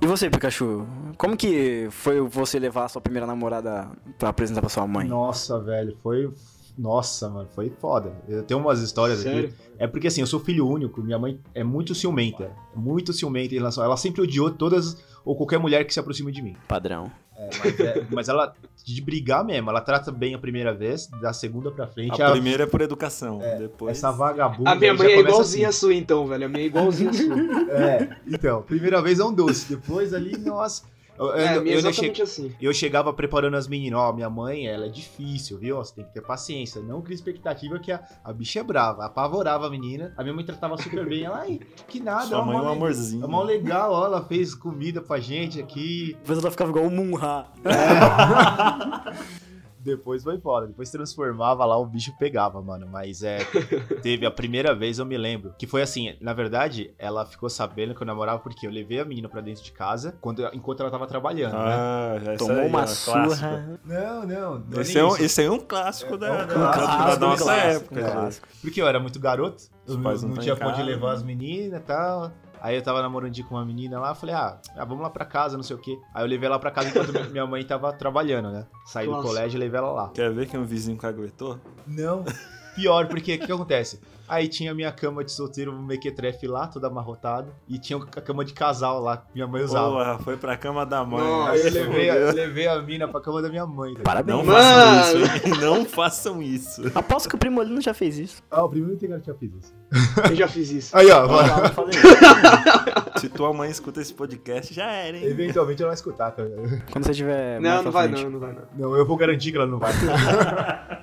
E você, Pikachu? Como que foi você levar a sua primeira namorada pra apresentar pra sua mãe?
Nossa, velho, foi. Nossa, mano, foi foda. Eu tenho umas histórias
Sério?
aqui. É porque assim, eu sou filho único, minha mãe é muito ciumenta. Muito ciumenta em relação. Ela sempre odiou todas ou qualquer mulher que se aproxima de mim.
Padrão.
É, mas, é- mas ela, de brigar mesmo, ela trata bem a primeira vez, da segunda pra frente.
A
a-
primeira é por educação, depois...
Essa vagabunda.
A minha
aí já
mãe é
começa
igualzinha
assim.
a sua, então, velho. A minha é igualzinha a sua.
É, então, primeira vez é um doce, depois ali, nossa. Eu,
É, a
eu,
minha é
eu, não che-
exatamente assim.
eu chegava preparando as meninas, ó, minha mãe, ela é difícil, viu? Ó, Você tem que ter paciência. Não cria expectativa que a, a bicha é brava, apavorava a menina. A minha mãe tratava super bem, ela, ai, que nada.
Sua
ó,
mãe é
mó
um
le-
amorzinho.
É mó legal, ó, ela fez comida pra gente aqui.
Depois ela ficava igual um o Munha.
Depois foi embora, depois transformava lá, o bicho pegava, mano. Mas é. Teve a primeira vez, eu me lembro. Que foi assim, na verdade, ela ficou sabendo que eu namorava porque eu levei a menina pra dentro de casa quando, enquanto ela tava trabalhando, né?
Ah, essa
Tomou
aí, ó,
uma
clássica.
surra.
Não, não. não
Esse é, um,
isso.
esse aí é um clássico da, da- da
clássico,
nossa
clássico, é.
época.
clássico.
né?
Porque eu era muito garoto, eu
Os
não,
pais não
não
tão
tinha
em
pra onde
casa,
levar
né?
as meninas e tal. Aí eu tava namorando com uma menina lá, falei, ah, ah, vamos lá pra casa, não sei o quê. Aí eu levei ela pra casa enquanto minha- minha mãe tava trabalhando, né? Saí do
Clássico.
colégio e levei ela lá.
Quer ver que um vizinho caguetou?
Não. Pior, porque o que que acontece? Aí tinha a minha cama de solteiro, um mequetrefe lá, toda amarrotado. E tinha a cama de casal lá, que minha mãe usava.
Porra, foi pra cama da mãe.
Nossa,
Aí eu
Ai,
levei, a-
fudeu.
levei a mina pra cama da minha mãe. Tá?
Parabéns.
Não
Mano!
façam isso, hein? Não façam isso.
Aposto que o Primolino já fez isso.
Ah, o primeiro integrante já fiz isso.
Eu já fiz isso.
Aí, ó, vai-
Se tua mãe escuta esse podcast, já era, hein?
eventualmente ela vai escutar, tá? ligado?
Quando você tiver. É, mais
Não,
pra
não vai
frente.
não, não vai não.
Não, eu vou garantir que ela não vai.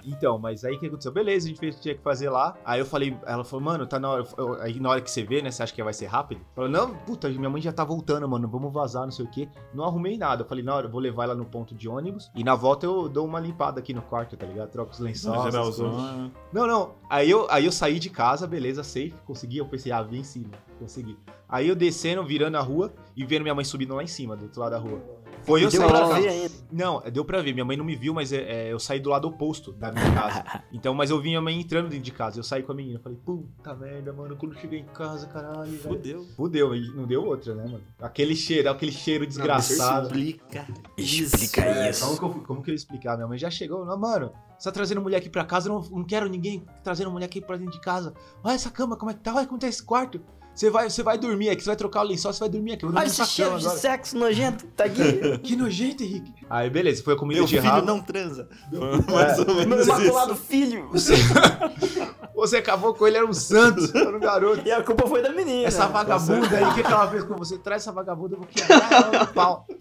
então, mas aí o que aconteceu? Beleza, a gente fez o que tinha que fazer lá. Aí eu falei, ela falou, mano, tá na hora. eu- aí na hora que você vê, né? Você acha que vai ser rápido? Falou, não, puta, minha mãe já tá voltando, mano. Vamos vazar, não sei o quê. Não arrumei nada. Eu falei, na hora, eu vou levar ela no ponto de ônibus. E na volta eu dou uma limpada aqui no quarto, tá ligado? Troco os lençóis.
é
essas coisas.
Geralzão. né?
Não, não. Aí eu, aí eu saí de casa, beleza, safe, consegui. Eu pensei, ah, vem em cima, consegui. Aí eu descendo, virando a rua e vendo minha mãe subindo lá em cima, do outro lado da rua. Foi eu
Deu
saí de
pra
casa.
ver ainda.
Não, é, deu pra ver. Minha mãe não me viu, mas é, é, eu saí do lado oposto da minha casa. Então, mas eu vi minha mãe entrando dentro de casa. Eu saí com a menina. Falei, puta merda, mano. Quando eu cheguei em casa, caralho. velho."
Fudeu.
Fudeu, e não deu outra, né, mano? Aquele cheiro, aquele cheiro desgraçado.
Explica.
Explica
É, como,
isso.
que eu, como que eu ia explicar? Minha mãe já chegou. Não, mano, você tá trazendo mulher aqui pra casa? Eu não, não quero ninguém trazendo mulher aqui pra dentro de casa. Olha essa cama, como é que tá? Olha como tá esse quarto. Você vai, você vai dormir aqui, você vai trocar o lençol, você vai dormir aqui. Eu vou
Olha
dormir
esse
nessa
cheiro
cama
de
agora.
sexo nojento. Tá aqui.
Que nojento, Henrique. Aí, beleza, foi a comida
Meu
de
filho
rabo.
não transa. Foi mais ou menos
Matou lá
isso.
do filho.
Você acabou com ele, era um santo, era um garoto.
E a culpa foi da menina.
Essa vagabunda aí, o que, que ela fez com você? Traz essa vagabunda, eu vou quebrar ela no pau.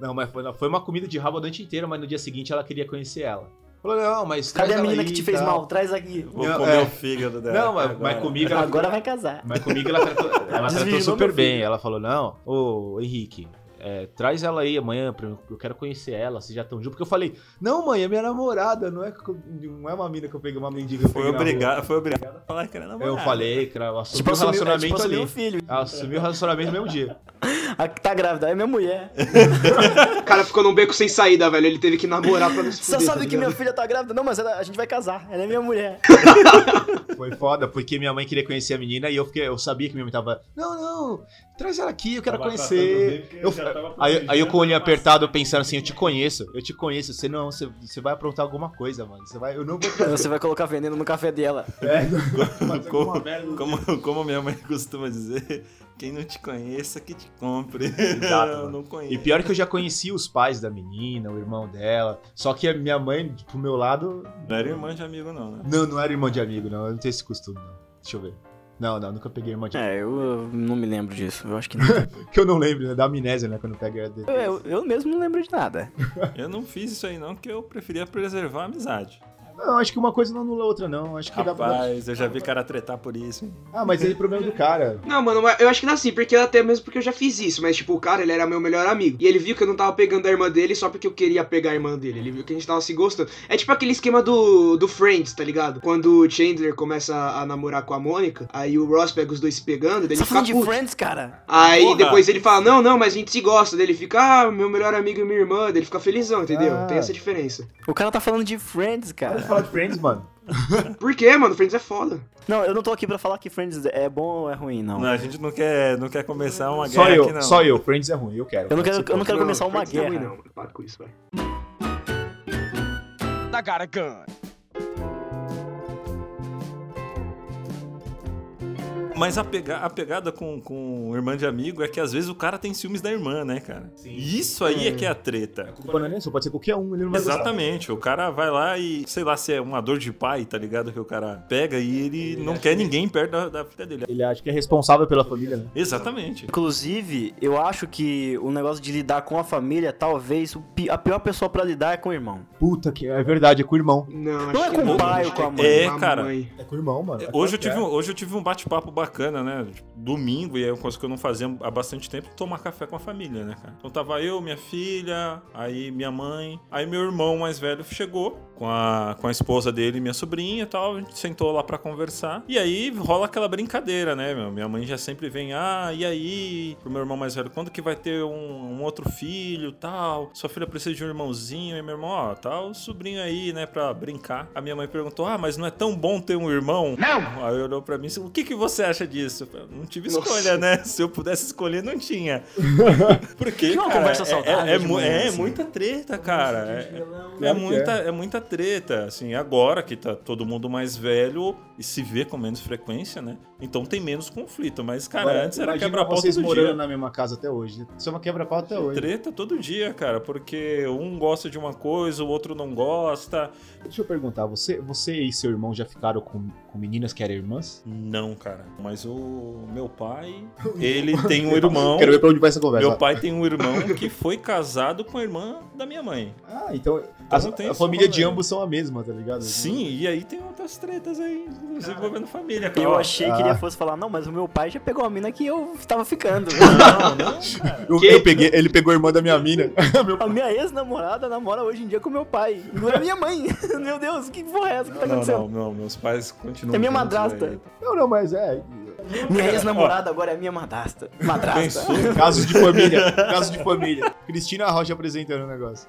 Não, mas foi, foi uma comida de rabo a noite inteira, mas no dia seguinte ela queria conhecer ela. Falou, não, mas traz
Cadê
ela
a menina
aí
que te
e
fez
tal.
mal? Traz aqui.
Vou
Não,
comer
é.
o fígado dela.
Não, mas,
agora.
mas comigo ela,
Agora vai casar.
mas comigo ela tratou, ela tratou
Desvirou
super
meu
bem.
filho.
Ela falou, não, ô Henrique, é, traz ela aí amanhã, pra, eu- eu quero conhecer ela, vocês já estão juntos. Porque eu falei, não mãe, é minha namorada, não é, que eu- não é uma mina que eu peguei, uma mendiga que eu
Foi
peguei na rua."
obrigado, foi obrigado a falar que era namorado.
Eu falei, cara, eu assumi
Tipo,
o
assumiu, é,
relacionamento
tipo, assumiu o
ali.
filho.
Assumi o relacionamento no mesmo dia.
A que tá grávida é minha mulher.
O cara ficou num beco sem saída, velho. Ele teve que namorar pra não se
Você
fuder.
sabe
tá
que minha
ligado?
filha tá grávida? Não, mas ela- a gente vai casar. Ela é minha mulher.
Foi foda, porque minha mãe queria conhecer a menina e eu, fiquei, eu sabia que minha mãe tava. Não, não, traz ela aqui, eu quero
Tava tratando
conhecer.
bem, porque
Eu-
já tava
aí, aí eu com o olhinho
planejando,
apertado, pensando assim, eu te conheço, eu te conheço. Você não, você, você vai aprontar alguma coisa, mano. Você vai, eu não vou
Você vai colocar veneno no café dela.
Como, como, como minha mãe costuma dizer, quem não te conheça, que te compre.
Exato,
Eu
mano.
não conheço.
E pior que eu já conhecia os pais da menina, o irmão dela. Só que a minha mãe, pro meu lado,
Não era irmã de amigo, não, né?
não, não era irmão de amigo, não. Eu não tenho esse costume, não. Deixa eu ver. Não, não, nunca peguei irmão de
É, eu não me lembro disso. Eu acho que não.
Que eu não lembro, né? Da amnésia, né? Quando pega RD.
Eu, eu mesmo não lembro de nada.
Eu não fiz isso aí, não, que eu preferia preservar a amizade.
Não, acho que uma coisa não anula a outra, não. Acho que dá pra.
Rapaz, eu já vi cara tretar por isso. hein?
Ah, mas aí é problema do cara.
Não, mano, mas eu acho que não é assim, porque até mesmo porque eu já fiz isso, mas tipo, o cara, ele era meu melhor amigo. E ele viu que eu não tava pegando a irmã dele só porque eu queria pegar a irmã dele. Ele viu que a gente tava se gostando. É tipo aquele esquema do, do Friends, tá ligado? Quando o Chandler começa a namorar com a Mônica, aí o Ross pega os dois se pegando, daí
Você tá
ele fica
falando de
puto.
Friends, cara?
Aí
Porra!
depois ele fala, não, não, mas a gente se gosta. Daí ele fica, ah, meu melhor amigo e minha irmã. Daí ele fica felizão, entendeu?
Ah.
Tem essa diferença.
O cara tá falando de Friends,
de
cara.
falar de Friends, mano.
Por quê, mano? Friends é foda.
Não, eu não tô aqui pra falar que Friends é bom ou é ruim, não.
Não, a gente não quer, não quer começar uma
Só
guerra
eu,
aqui, não.
só eu. Friends é ruim, eu quero.
Eu não quero, eu não quero
Não,
começar uma
Friends não é ruim,
guerra.
Não, mano. Para com isso, velho.
Mas a, pega- a pegada com, com irmã de amigo é que às vezes o cara tem ciúmes da irmã, né, cara? E Isso aí é que é a treta.
Culpa não é nem sua, pode ser qualquer um, ele não vai gostar.
Exatamente, o cara vai lá e, sei lá, se é uma dor de pai, tá ligado? Que o cara pega e É, ele, não quer ninguém perto da, da filha dele.
Ele acha que é responsável pela família, né?
Exatamente.
Inclusive, eu acho que o negócio de lidar com a família, talvez o pi- a pior pessoa pra lidar é com o irmão.
Puta que é verdade, é com o irmão.
Não,
Não
acho
é
que
com o
não.
pai
Acho
ou com a
que
mãe.
É,
com a
cara.
mãe.
É com o irmão, mano. É
Hoje eu,
claro
tive,
que
um- hoje eu tive um bate-papo bacana, né? Tipo, Domingo, e é uma coisa que eu não fazia há bastante tempo, tomar café com a família, né, cara? Então tava eu, minha filha, aí minha mãe, aí meu irmão mais velho chegou com a, com a esposa dele e minha sobrinha e tal. A gente sentou lá pra conversar. E aí rola aquela brincadeira, né, meu? Minha mãe já sempre vem, ah, e aí? Pro meu irmão mais velho, quando que vai ter um, um outro filho tal? Sua filha precisa de um irmãozinho. E meu irmão, ó, tá o sobrinho aí, né, pra brincar. A minha mãe perguntou, ah, mas não é tão bom ter um irmão? Não! Aí olhou pra mim e disse, o que que você acha disso? Eu falei, Não tive
Nossa.
escolha, né? Se eu pudesse escolher, não tinha. Porque,
Que uma
cara,
conversa
é-
saudável
É, é,
de
mu-
manhã,
é
assim.
muita treta, cara. É- é
Claro que
muita, é muita treta, assim, agora que tá todo mundo mais velho e se vê com menos frequência, né? Então tem menos conflito, mas, cara,
Agora,
antes era
imagina
quebra-pau
vocês
todo
morando
dia.
na mesma casa até hoje. né? Isso é uma quebra-pau até hoje.
Treta todo dia, cara, porque um gosta de uma coisa, o outro não gosta.
Deixa eu perguntar, você, você e seu irmão já ficaram com, com meninas que eram irmãs?
Não, cara, mas o meu pai, ele tem um irmão.
Quero ver pra onde vai essa conversa.
Meu pai tem um irmão que foi casado com a irmã da minha mãe.
Ah, então, as-
não tem
a,
essa
família de
rolê.
ambos são a mesma, tá ligado?
Sim, e aí tem outras tretas aí, inclusive envolvendo família, cara.
Eu achei que ele
Ah.
fosse falar, não, mas o meu pai já pegou a mina que eu tava ficando.
Não, não, cara.
Eu,
Que?
eu peguei, ele pegou a irmã da minha mina. Meu-
a minha ex-namorada namora hoje em dia com meu pai. Não é minha mãe. meu Deus, que porra é essa que tá
Não,
acontecendo?
não, não, meus pais continuam.
É minha
juntos
madrasta.
aí.
não, não, mas é.
Minha ex-namorada agora é minha madrasta. Madrasta.
Pensou? tá,
Casos de família. Casos de família. Cristina Rocha apresentando o negócio.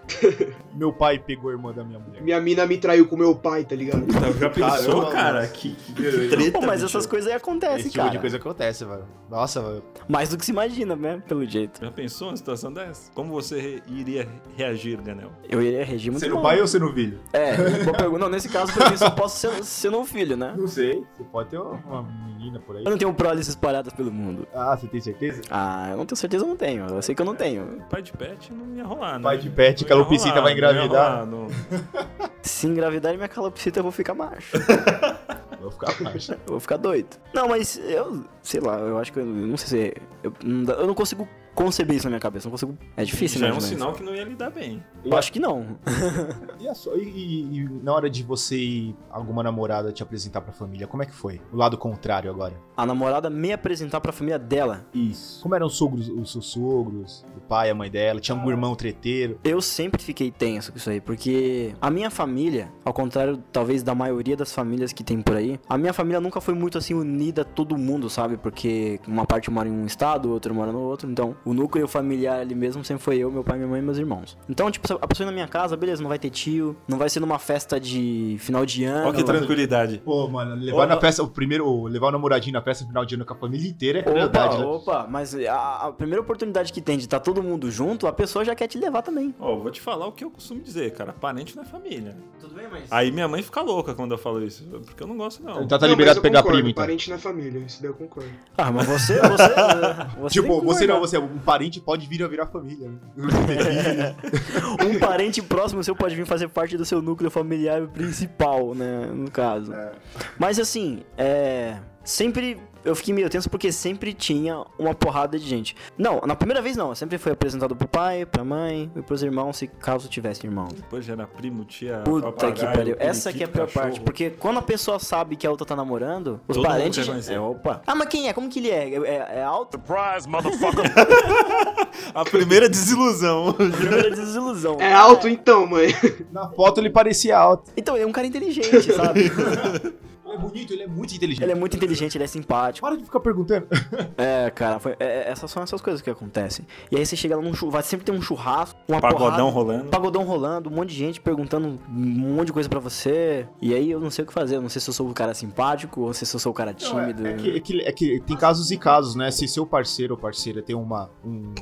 Meu pai pegou a irmã da minha mulher.
Minha mina me traiu com meu pai, tá ligado?
Tá, já pensou,
Caramba,
cara?
mano.
Que, que treta.
Pô, mas
bicho.
essas coisas aí acontecem,
Esse tipo de
cara.
coisa acontece, velho. Nossa, velho.
Mais do que se imagina, né? Pelo jeito.
Já pensou uma situação dessa? Como você re- iria reagir, Ganel?
Eu iria reagir muito
Sendo
mal.
pai ou sendo filho?
É, boa pergunta. Não, nesse caso, pra mim, só posso ser, ser não filho, né?
Não sei. Você pode ter uma menina por aí.
Eu não tenho prólices espalhadas pelo mundo.
Ah, você tem certeza?
Ah, eu não tenho certeza, eu não tenho. Eu sei que eu não tenho.
Pai de pet não ia rolar, né?
Pai de pet,
Não ia
calopsita
rolar,
vai engravidar.
não ia rolar, não.
Se engravidar minha calopsita, eu vou ficar macho.
Vou ficar abaixo.
Eu vou ficar doido. Não, mas eu, sei lá, eu acho que eu não sei se. é, Eu não, dá- eu não consigo conceber isso na minha cabeça. eu Não consigo. É difícil,
Já
né?
é um
mas-
sinal que não ia lidar bem.
Eu acho que não.
E, a sua- e- e- e na hora de você e alguma namorada te apresentar pra família, como é que foi? O lado contrário agora.
A namorada me apresentar pra família dela.
Isso. Como eram os sogros, os seus sogros, o pai, a mãe dela, tinha um irmão treteiro.
Eu sempre fiquei tenso com isso aí, porque a minha família, ao contrário talvez da maioria das famílias que tem por aí, a minha família nunca foi muito assim unida todo mundo, sabe? Porque uma parte mora em um estado, outra mora no outro, então o núcleo familiar ali mesmo sempre foi eu, meu pai, minha mãe e meus irmãos. Então, tipo, a pessoa na minha casa, beleza, não vai ter tio, não vai ser numa festa de final de ano.
Olha que tranquilidade.
Pô, mano, levar
Ô,
na
ô.
festa, o primeiro, o- levar o namoradinho na festa no final de ano com a família inteira é
Opa,
verdade, né?
opa, mas a, a primeira oportunidade que tem de estar todo mundo junto, a pessoa já quer te levar também.
Ó, eu vou te falar o que eu costumo dizer, cara. Parente não é família.
Tudo bem, mas.
Aí minha mãe fica louca quando eu falo isso, porque eu não gosto, não.
Então tá
Não, mas
liberado
eu
pegar
concordo,
primo, então.
Parente na família, isso daí eu concordo.
Ah, mas você. você, você tem
Tipo,
que
você
guardar.
não, você é um parente pode vir a virar família. né?
um parente próximo seu pode vir fazer parte do seu núcleo familiar principal, né? No caso.
É.
Mas assim, é. Sempre. Eu fiquei meio tenso porque sempre tinha uma porrada de gente. Não, na primeira vez não. Sempre foi apresentado pro pai, pra mãe e pros irmãos, se caso tivesse irmãos.
Depois gera primo, tia,
Puta
papagaio,
que pariu. Essa aqui é a pior
periquito,
parte.
cachorro.
Porque quando a pessoa sabe que a outra tá namorando, os
Todo mundo
parentes.
quer conhecer.
É, opa. Ah, mas quem é? Como que ele é? É, é- é alto?
A primeira desilusão.
Primeira desilusão.
É alto então, mãe.
Na foto ele parecia alto.
Então, ele é um cara inteligente, sabe?
é bonito, ele é muito inteligente.
Ele é muito inteligente, ele é simpático.
Para de ficar perguntando.
É, cara, foi, é- é- essas são essas coisas que acontecem. E aí você chega lá num churrasco, vai sempre ter um churrasco, uma
Pagodão
porrada,
rolando.
Pagodão rolando, um monte de gente perguntando um monte de coisa pra você. E aí eu não sei o que fazer. Eu não sei se eu sou o cara simpático ou se eu sou o cara
Não, é,
tímido.
é que, é que- é que tem casos e casos, né? Se seu parceiro ou parceira tem uma, um-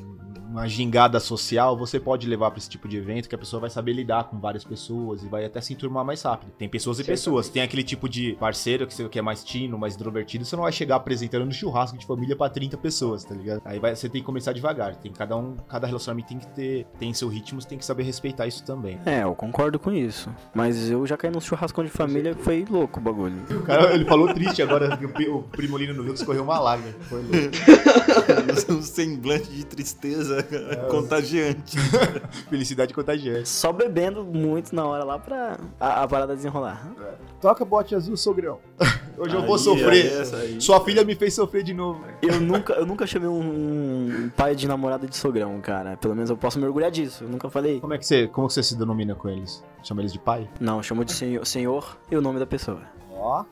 uma gingada social, você pode levar pra esse tipo de evento que a pessoa vai saber lidar com várias pessoas e vai até se enturmar mais rápido. Tem pessoas e pessoas. Tem aquele tipo de parceiro que, você, que é mais tino, mais introvertido, você não vai chegar apresentando no churrasco de família pra 30 pessoas, tá ligado? Aí vai- você tem que começar devagar. Tem cada um, cada relacionamento tem que ter, tem seu ritmo, você tem que saber respeitar isso também.
É, eu concordo com isso. Mas eu já caí num churrascão de família, foi louco o bagulho.
O cara, ele falou triste agora que o pri- o Primolino no viu que escorreu uma lágrima. Foi louco.
um semblante de tristeza contagiante.
Felicidade contagiante.
Só bebendo muito na hora lá pra a, a parada desenrolar.
Toca bote azul, sogrão. Hoje eu vou
Aí, aí,
sofrer.
essa aí.
Sua filha me fez sofrer de novo.
Eu nunca, eu nunca chamei um, um pai de namorada de sogrão, cara. Pelo menos eu posso me orgulhar disso. Eu nunca falei.
Como é que você, como que você se denomina com eles? Chama eles de pai?
Não, eu chamo de senhor, senhor e o nome da pessoa.
Ó.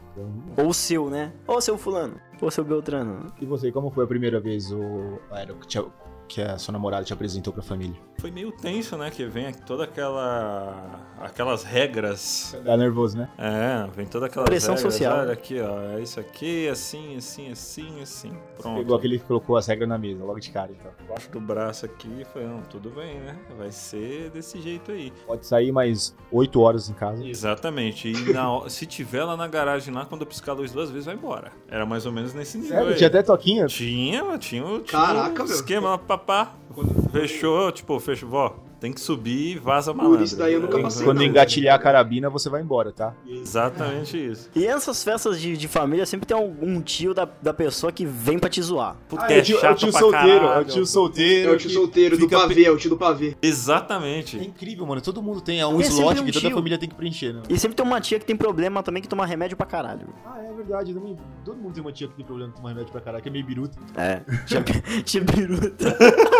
Ou seu, né? Ou seu fulano. Ou seu Beltrano.
E você, como foi a primeira vez o era, que, te- que a sua namorada te apresentou pra família?
Foi meio tenso, né? Que vem toda aquela. aquelas regras.
Tá nervoso, né?
É, vem toda aquela
Pressão social.
Olha aqui, ó. É isso aqui, assim, assim, assim, assim. Pronto.
Pegou aquele que colocou as regras na mesa, logo de cara, então.
Embaixo do braço aqui, foi, não, tudo bem, né? Vai ser desse jeito aí.
Pode sair mais oito horas em casa.
Exatamente. E na ho- se tiver lá na garagem lá, quando eu piscar a luz duas vezes, vai embora. Era mais ou menos nesse nível
Sério?
aí.
Tinha até toquinha?
Tinha, tinha, o- tinha
Caraca,
um
meu.
esquema lá, papá. Fechou, tipo, fechou, vó, tem que subir e vaza
isso
malandro.
daí eu nunca
Era
passei,
Quando
não.
engatilhar a carabina, você vai embora, tá?
Exatamente isso.
E essas festas de, de família sempre tem um, um tio da, da pessoa que vem pra te zoar.
Puta,
Ah, é o tio, é o tio
pra
solteiro, é o
caralho.
tio solteiro.
É o tio
que
solteiro do
fica pe-
pavê, é o tio do pavê.
É
Exatamente.
incrível, mano. Todo mundo tem é um
É sempre
slot
um
que toda
tio.
família tem que preencher, né?
E sempre tem uma tia que tem problema também que toma remédio pra caralho.
Ah, é verdade. Todo mundo, todo mundo tem uma tia que tem problema de tomar remédio pra caralho, que é meio biruta.
É. Tia, tia biruta.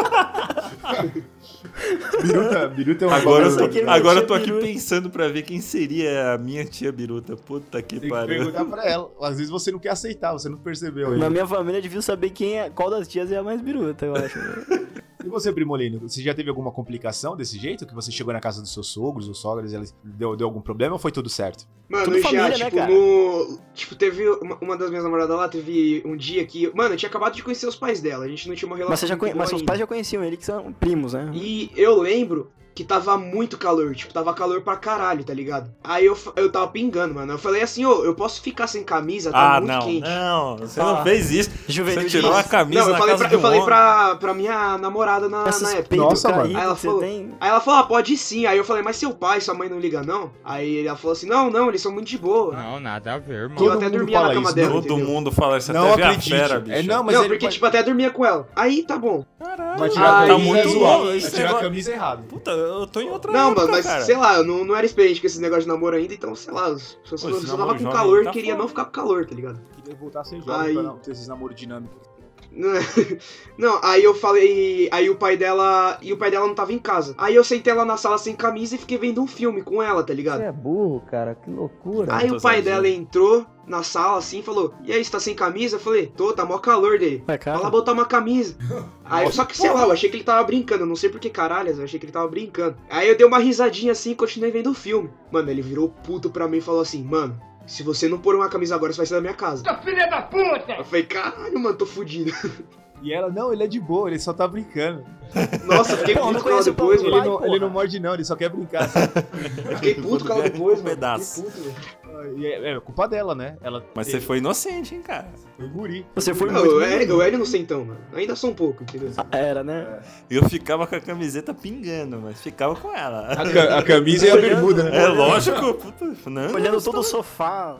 Biruta, biruta é uma
Agora eu
Isso
tô,
aqui é minha
agora
tia
eu tô aqui
Biruta.
pensando pra ver quem seria a minha tia Biruta. Puta que
Tem que
pariu.
perguntar pra ela. Às vezes você não quer aceitar, você não percebeu
Na
ainda.
minha família eu devia saber quem é, qual das tias é a mais biruta, eu acho.
E você, Primolino, você já teve alguma complicação desse jeito? Que você chegou na casa dos seus sogros ou sogras e elas deu, deu algum problema ou foi tudo certo?
Mano,
Tudo
eu já,
família, né,
tipo,
cara?
no. Tipo, teve uma, uma das minhas namoradas lá, teve um dia que. Mano, eu tinha acabado de conhecer os pais dela, a gente não tinha uma relação.
Mas, você já
muito
conhe-
boa
mas seus
ainda.
pais já conheciam ele, que são primos,
Uhum.
né?
E eu lembro que tava muito calor, tipo, tava calor pra caralho, tá ligado? Aí eu, fa- eu tava pingando, mano. Eu falei assim, ô, eu posso ficar sem camisa, tá
Ah,
muito
não.
quente.
Não, você
Ah.
não fez isso.
Juvenil
Você
de
tirou a camisa
Não, eu
na
falei,
casa
pra,
de
eu
um
falei
homem.
pra, pra minha namorada na,
É
na época.
suspeito,
Nossa,
cara,
mano.
e
Aí ela
você
falou-
tem-
Aí ela falou, ah, pode sim. Aí eu falei, mas seu pai, sua mãe não liga, não? Aí ela falou assim, não, não, eles são muito de boa.
Não, nada a ver, mano.
eu
Todo
até
mundo
dormia na
fala
cama
isso,
dela.
Todo
entendeu?
mundo fala isso.
Não
até
acredite.
acredite. a fera, bicho.
É, não, mas
não,
ele
porque,
pode-
tipo, até dormia com ela. Aí tá bom.
vai
Caralho,
tirar a
Ai,
tá
camisa
muito
é
zoado.
bom.
Vai
Esse
tirar a
negócio...
camisa errado.
Puta, eu tô em outra
Não,
época,
mano, mas
cara.
sei lá, eu não, não era experiente com esse negócio de namoro ainda, então, sei lá, eu só,
Pô, esse
só
namoro
tava com
jovem
calor e
tá
queria
foda.
não ficar com calor, tá ligado?
Queria voltar a ser
jovem Aí. pra não
ter esses namoros dinâmicos.
Não é? Não, aí eu falei. Aí o pai dela. E o pai dela não tava em casa. Aí eu sentei lá na sala sem camisa e fiquei vendo um filme com ela, tá ligado?
é burro, cara. Que loucura.
Aí o
Quantos
pai
anos,
dela
né?
entrou na sala assim e falou: E aí, você tá sem camisa? Eu falei: Tô, tá mó calor dele.
Ué,
Vai lá
É, cara.
botar uma camisa. Aí, só que, sei lá, eu achei que ele tava brincando. eu Não sei por que caralho, eu achei que ele tava brincando. Aí eu dei uma risadinha assim e continuei vendo o filme. Mano, ele virou puto pra mim e falou assim, mano. Se você não pôr uma camisa agora, você vai sair da minha casa. Filha da puta! Eu falei, caralho, mano, tô fudido.
E ela, não, ele é de boa, ele só tá brincando.
Nossa, eu fiquei
Pô,
puto
não
com ela
conheço o
depois,
Paulo
Ele
mano.
Vai,
não, ele
porra.
não morde, não, ele só quer brincar.
Fiquei puto
Um
com ela depois, mano.
Pedaço.
Fiquei puto, velho.
E é, é culpa dela, né? Ela
Mas você foi inocente, hein, cara.
foi guri.
Você foi
Não, eu
muito.
era, eu era inocentão, mano. Ainda sou um pouco, entendeu?
Era, né?
Eu ficava com a camiseta pingando, mas ficava com ela.
A, ca- a camisa e a bermuda, né?
É lógico, puta, né? não.
Olhando todo o sofá,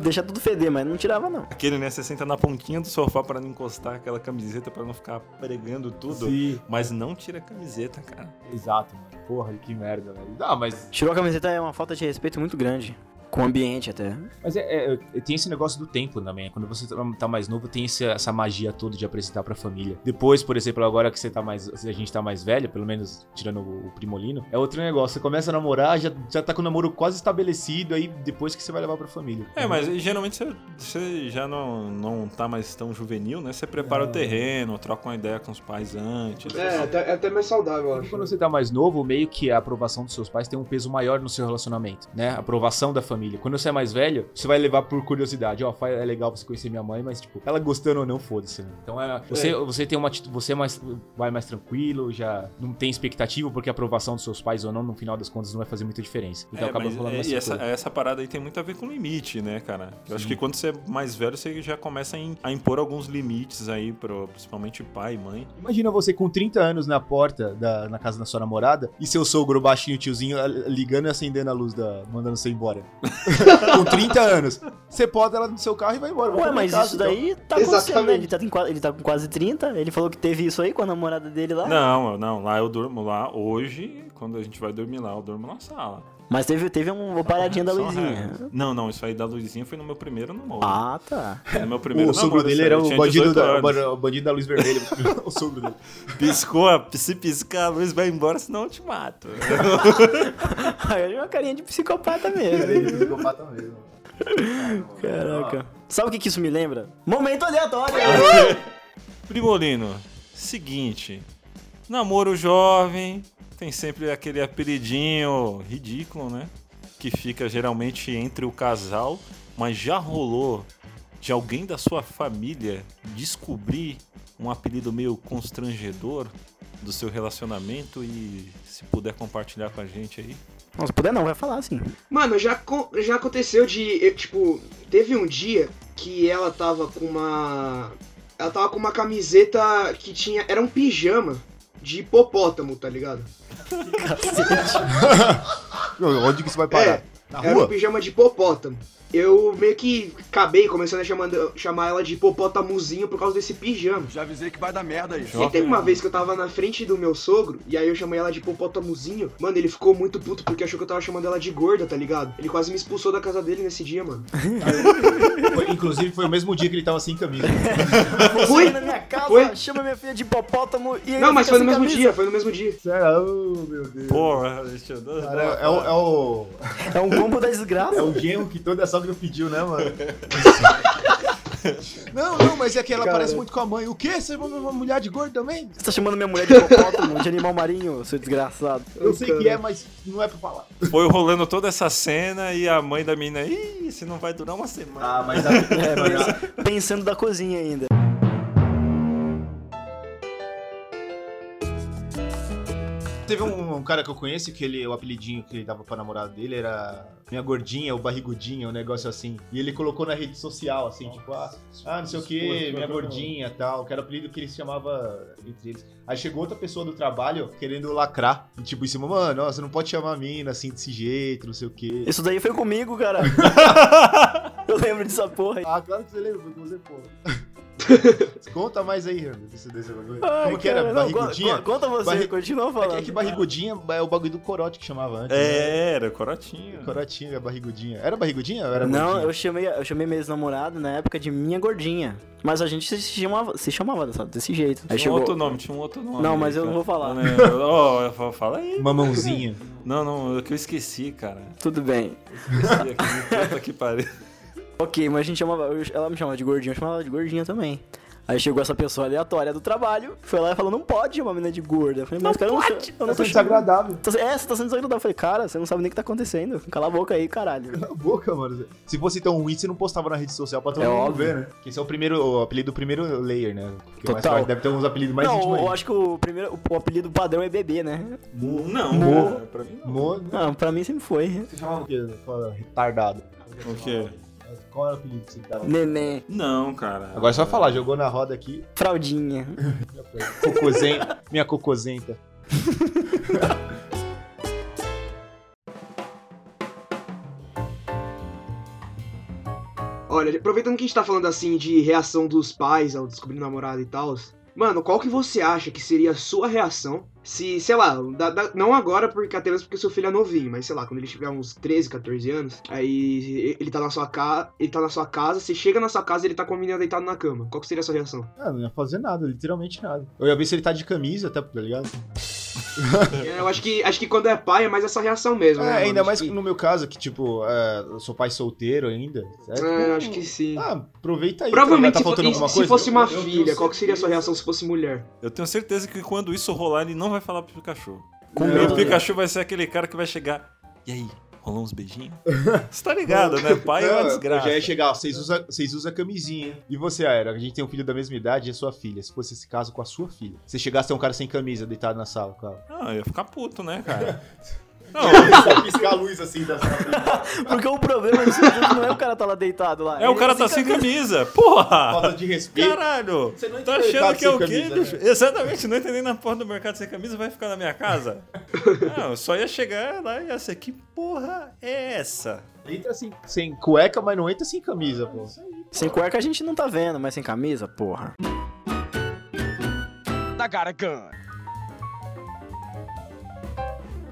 deixar tudo feder, mas não tirava, não.
Aquele, né? Você senta na pontinha do sofá pra não encostar aquela camiseta pra não ficar pregando tudo.
Sim.
Mas não tira a camiseta, cara.
Exato, mano. Porra, que merda, velho. Ah, mas
Tirou a camiseta é uma falta de respeito muito grande. Com o ambiente até.
Mas é, é, tem esse negócio do tempo também. Quando você tá- tá mais novo, tem esse- essa magia toda de apresentar pra família. Depois, por exemplo, agora que você tá mais. A gente tá mais velho, pelo menos tirando o, o primolino, é outro negócio. Você começa a namorar, já, já tá com o namoro quase estabelecido, aí depois que você vai levar pra família.
É, mas geralmente você, você já não, não tá mais tão juvenil, né? Você prepara o terreno, troca uma ideia com os pais antes.
É, até, é até mais saudável, eu acho.
Quando você tá mais novo, meio que a aprovação dos seus pais tem um peso maior no seu relacionamento, né? A aprovação da família. Quando você é mais velho, você vai levar por curiosidade. Ó, fa- é legal você conhecer minha mãe, mas, tipo, ela gostando ou não, foda-se. né? Então, é, você, você tem uma atitude, você é mais, vai mais tranquilo, já não tem expectativa, porque a aprovação dos seus pais ou não, no final das contas, não vai fazer muita diferença. Então,
É,
acaba
mas
rolando
é-
mais
e essa,
tranquilo.
essa parada aí tem muito a ver com limite, né, cara? Eu acho
Sim.
que quando você é mais velho, você já começa a, im- a impor alguns limites aí, pro, principalmente pai e mãe.
Imagina você com 30 anos na porta da na casa da sua namorada e seu sogro baixinho, tiozinho, a- ligando e acendendo a luz da. mandando você embora. com 30 anos. Você bota ela no seu carro e vai embora. vai
Ué,
pra
mas
casa,
isso
então.
daí tá acontecendo, né?
Exatamente.
Ele tá, em qua- ele tá com quase 30, ele falou que teve isso aí com a namorada dele
Ah.
lá.
Não, não, lá eu durmo lá hoje, quando a gente vai dormir lá, eu durmo na sala.
Mas teve, teve um- uma paradinha da
Só
luzinha.
regras. Não, não, isso aí da luzinha foi no meu primeiro namoro.
Ah, tá.
No meu primeiro
o sogro
namoro,
dele
isso aí,
era
eu
o
tinha
bandido,
18
da,
anos.
o bandido da luz vermelha. o sogro dele.
Piscou, a- se piscar a luz, vai embora, senão eu te mato.
Aí ele é uma carinha de psicopata
é
mesmo.
Psicopata mesmo.
um
Caraca. Sabe o que, que isso me lembra? Momento aleatório!
Primolino, seguinte. Namoro jovem, tem sempre aquele apelidinho ridículo, né? Que fica geralmente entre o casal, mas já rolou de alguém da sua família descobrir um apelido meio constrangedor do seu relacionamento e se puder compartilhar com a gente aí.
Não, se puder não, vai falar assim.
Mano, já, co- já aconteceu de. eu, tipo, teve um dia que ela tava com uma. Ela tava com uma camiseta que tinha. Era um pijama de hipopótamo, tá ligado?
Onde que isso vai parar?
É,
Na
Era um
rua?
pijama de hipopótamo. Eu meio que acabei começando a chamando, chamar ela de hipopotamozinho por causa desse pijama.
Já avisei que vai dar merda aí.
E teve uma vez que eu tava na frente do meu sogro, e aí eu chamei ela de popotamuzinho. Mano, ele ficou muito puto porque achou que eu tava chamando ela de gorda, tá ligado? Ele quase me expulsou da casa dele nesse dia, mano.
Foi- inclusive, foi o mesmo dia que ele tava sem camisa.
Foi?
na minha casa,
Foi?
chama minha filha de hipopótamo e ainda
Não, mas
fica
foi no
sem
mesmo
camisa.
dia, foi no mesmo dia.
Sério, oh, meu Deus.
Porra, Alexandre.
Cara, é, o, é, o,
É um combo da
é
desgraça.
o genro que toda sogra pediu, né, mano? Não, não, mas é que ela parece muito com a mãe. O quê? Você é uma mulher de gordo também?
Você tá chamando minha mulher de hipopótamo, de animal marinho, seu desgraçado.
Eu sei que é, mas não é pra falar.
Foi rolando toda essa cena e a mãe da mina, ih, isso não vai durar uma semana.
mas a... é,
Pensando da cozinha ainda.
Teve um, um cara que eu conheço que ele, o apelidinho que ele dava pra namorada dele era Minha Gordinha, ou Barrigudinha, um negócio assim. E ele colocou na rede social, assim, tipo, ah, ah não sei o que, Minha Gordinha e tal, que era o apelido que ele se chamava entre eles. Aí chegou outra pessoa do trabalho querendo lacrar, e, tipo, em cima, mano, ó, você não pode chamar a mina assim desse jeito, não sei o que.
Isso daí foi comigo, cara. Eu lembro dessa porra. aí.
Ah, claro que você lembra, foi com você, pô. Conta mais aí, Randall, desse, desse bagulho.
Ai,
Como que era?
cara, não,
Barrigudinha?
con- Conta você,
Barri-
continua
É que-
falando.
é que barrigudinha é o bagulho do corote que chamava antes. né?
É, era corotinho.
Corotinha, barrigudinha. Era barrigudinha ou era
Não, eu
gordinha?
chamei, eu chamei minha ex-namorada na época de minha gordinha. Mas a gente se chamava, se chamava dessa- desse jeito. Aí
tinha
chegou-
um outro nome, tinha um outro nome.
Não, mas
aí,
eu não
cara.
vou falar.
Não lembro. Ó, eu falo- fala aí.
Mamãozinha.
Não, não, é que eu esqueci, cara.
Tudo bem.
Esqueci aqui, puta que pariu.
Ok, mas a gente chamava. eu- Ela me chamava de gordinha, eu chamava ela de gordinha também. Aí chegou essa pessoa aleatória do trabalho, foi lá e falou: não pode chamar a menina de gorda. Eu falei, mas cara, eu não cha- eu não
é
tô chamando.
desagradável.
Tá- É, você tá sendo desagradável. Eu falei, cara, você não sabe nem o que tá acontecendo. Cala a boca aí, caralho.
Cala a boca, mano. Se fosse tão ruim, você não postava na rede social pra todo
É
mundo
óbvio.
ver, né? Porque esse é o primeiro o apelido do primeiro layer, né? Porque mais
Total.
tarde deve ter uns apelidos mais
não,
íntimos
eu
aí.
acho que o primeiro. O, o apelido padrão é bebê, né?
Não,
Mo.
cara, pra mim não.
Mo...
Não, pra mim sempre foi.
Você chamava o quê? Qual era? Retardado.
O quê?
Qual era o apelido que você dava?
Neném,
Não, cara.
Agora é só falar, jogou na roda aqui.
fraldinha.
Cocozenta. Minha cocozenta.
Olha, aproveitando que a gente tá falando assim de reação dos pais ao descobrir namorado e tal, Mano, qual que você acha que seria a sua reação se, sei lá, da- da- não agora, porque até mesmo porque seu filho é novinho, mas sei lá, quando ele tiver uns 13, 14 anos, aí ele tá na sua casa, ele tá na sua casa, você chega na sua casa e ele tá com a menina deitada na cama. Qual que seria a sua reação?
Ah, não ia fazer nada, literalmente nada. Eu ia ver se ele tá de camisa, até, tá ligado?
É, Eu acho que acho que quando é pai é mais essa reação mesmo, né?
É,
mano?
ainda
Acho
mais
que-
no meu caso, que tipo, é, eu sou pai solteiro ainda. É, tipo,
É, acho que sim.
Ah, aproveita aí.
Provavelmente
tá
se, fo-
faltando alguma
se
coisa?
fosse uma
Eu- eu- eu
filha,
sei
qual que seria a sua
que-
reação se fosse mulher?
Eu tenho certeza que quando isso rolar, ele não vai falar pro Pikachu.
Com
E o
medo.
Pikachu vai ser aquele cara que vai chegar. E aí, rolou uns beijinhos? Você tá ligado, né? Pai é uma
Não,
desgraça.
Eu Ah, já ia chegar, ó, vocês usam vocês usa camisinha. E você, Aero, a gente tem um filho da mesma idade e a sua filha. Se fosse esse caso com a sua filha. Se chegasse a um cara sem camisa deitado na sala, cara.
Não, eu ia ficar puto, né, cara? Não,
Piscar a luz assim da sala.
Porque o problema desse vídeo não é o cara tá lá deitado lá.
é o cara tá sem camisa. Porra!
de respeito.
Caralho!
Você não entendeu o
tá achando
mercado
que é o
sem
quê?
camisa,
bicho?
né?
Exatamente, não entendendo na porta do mercado sem camisa, vai ficar na minha casa? Não, eu só ia chegar lá e ia ser, que porra é essa?
Entra assim, sem cueca, mas não entra sem camisa, pô.
Sem cueca a gente não tá vendo, mas sem camisa, porra.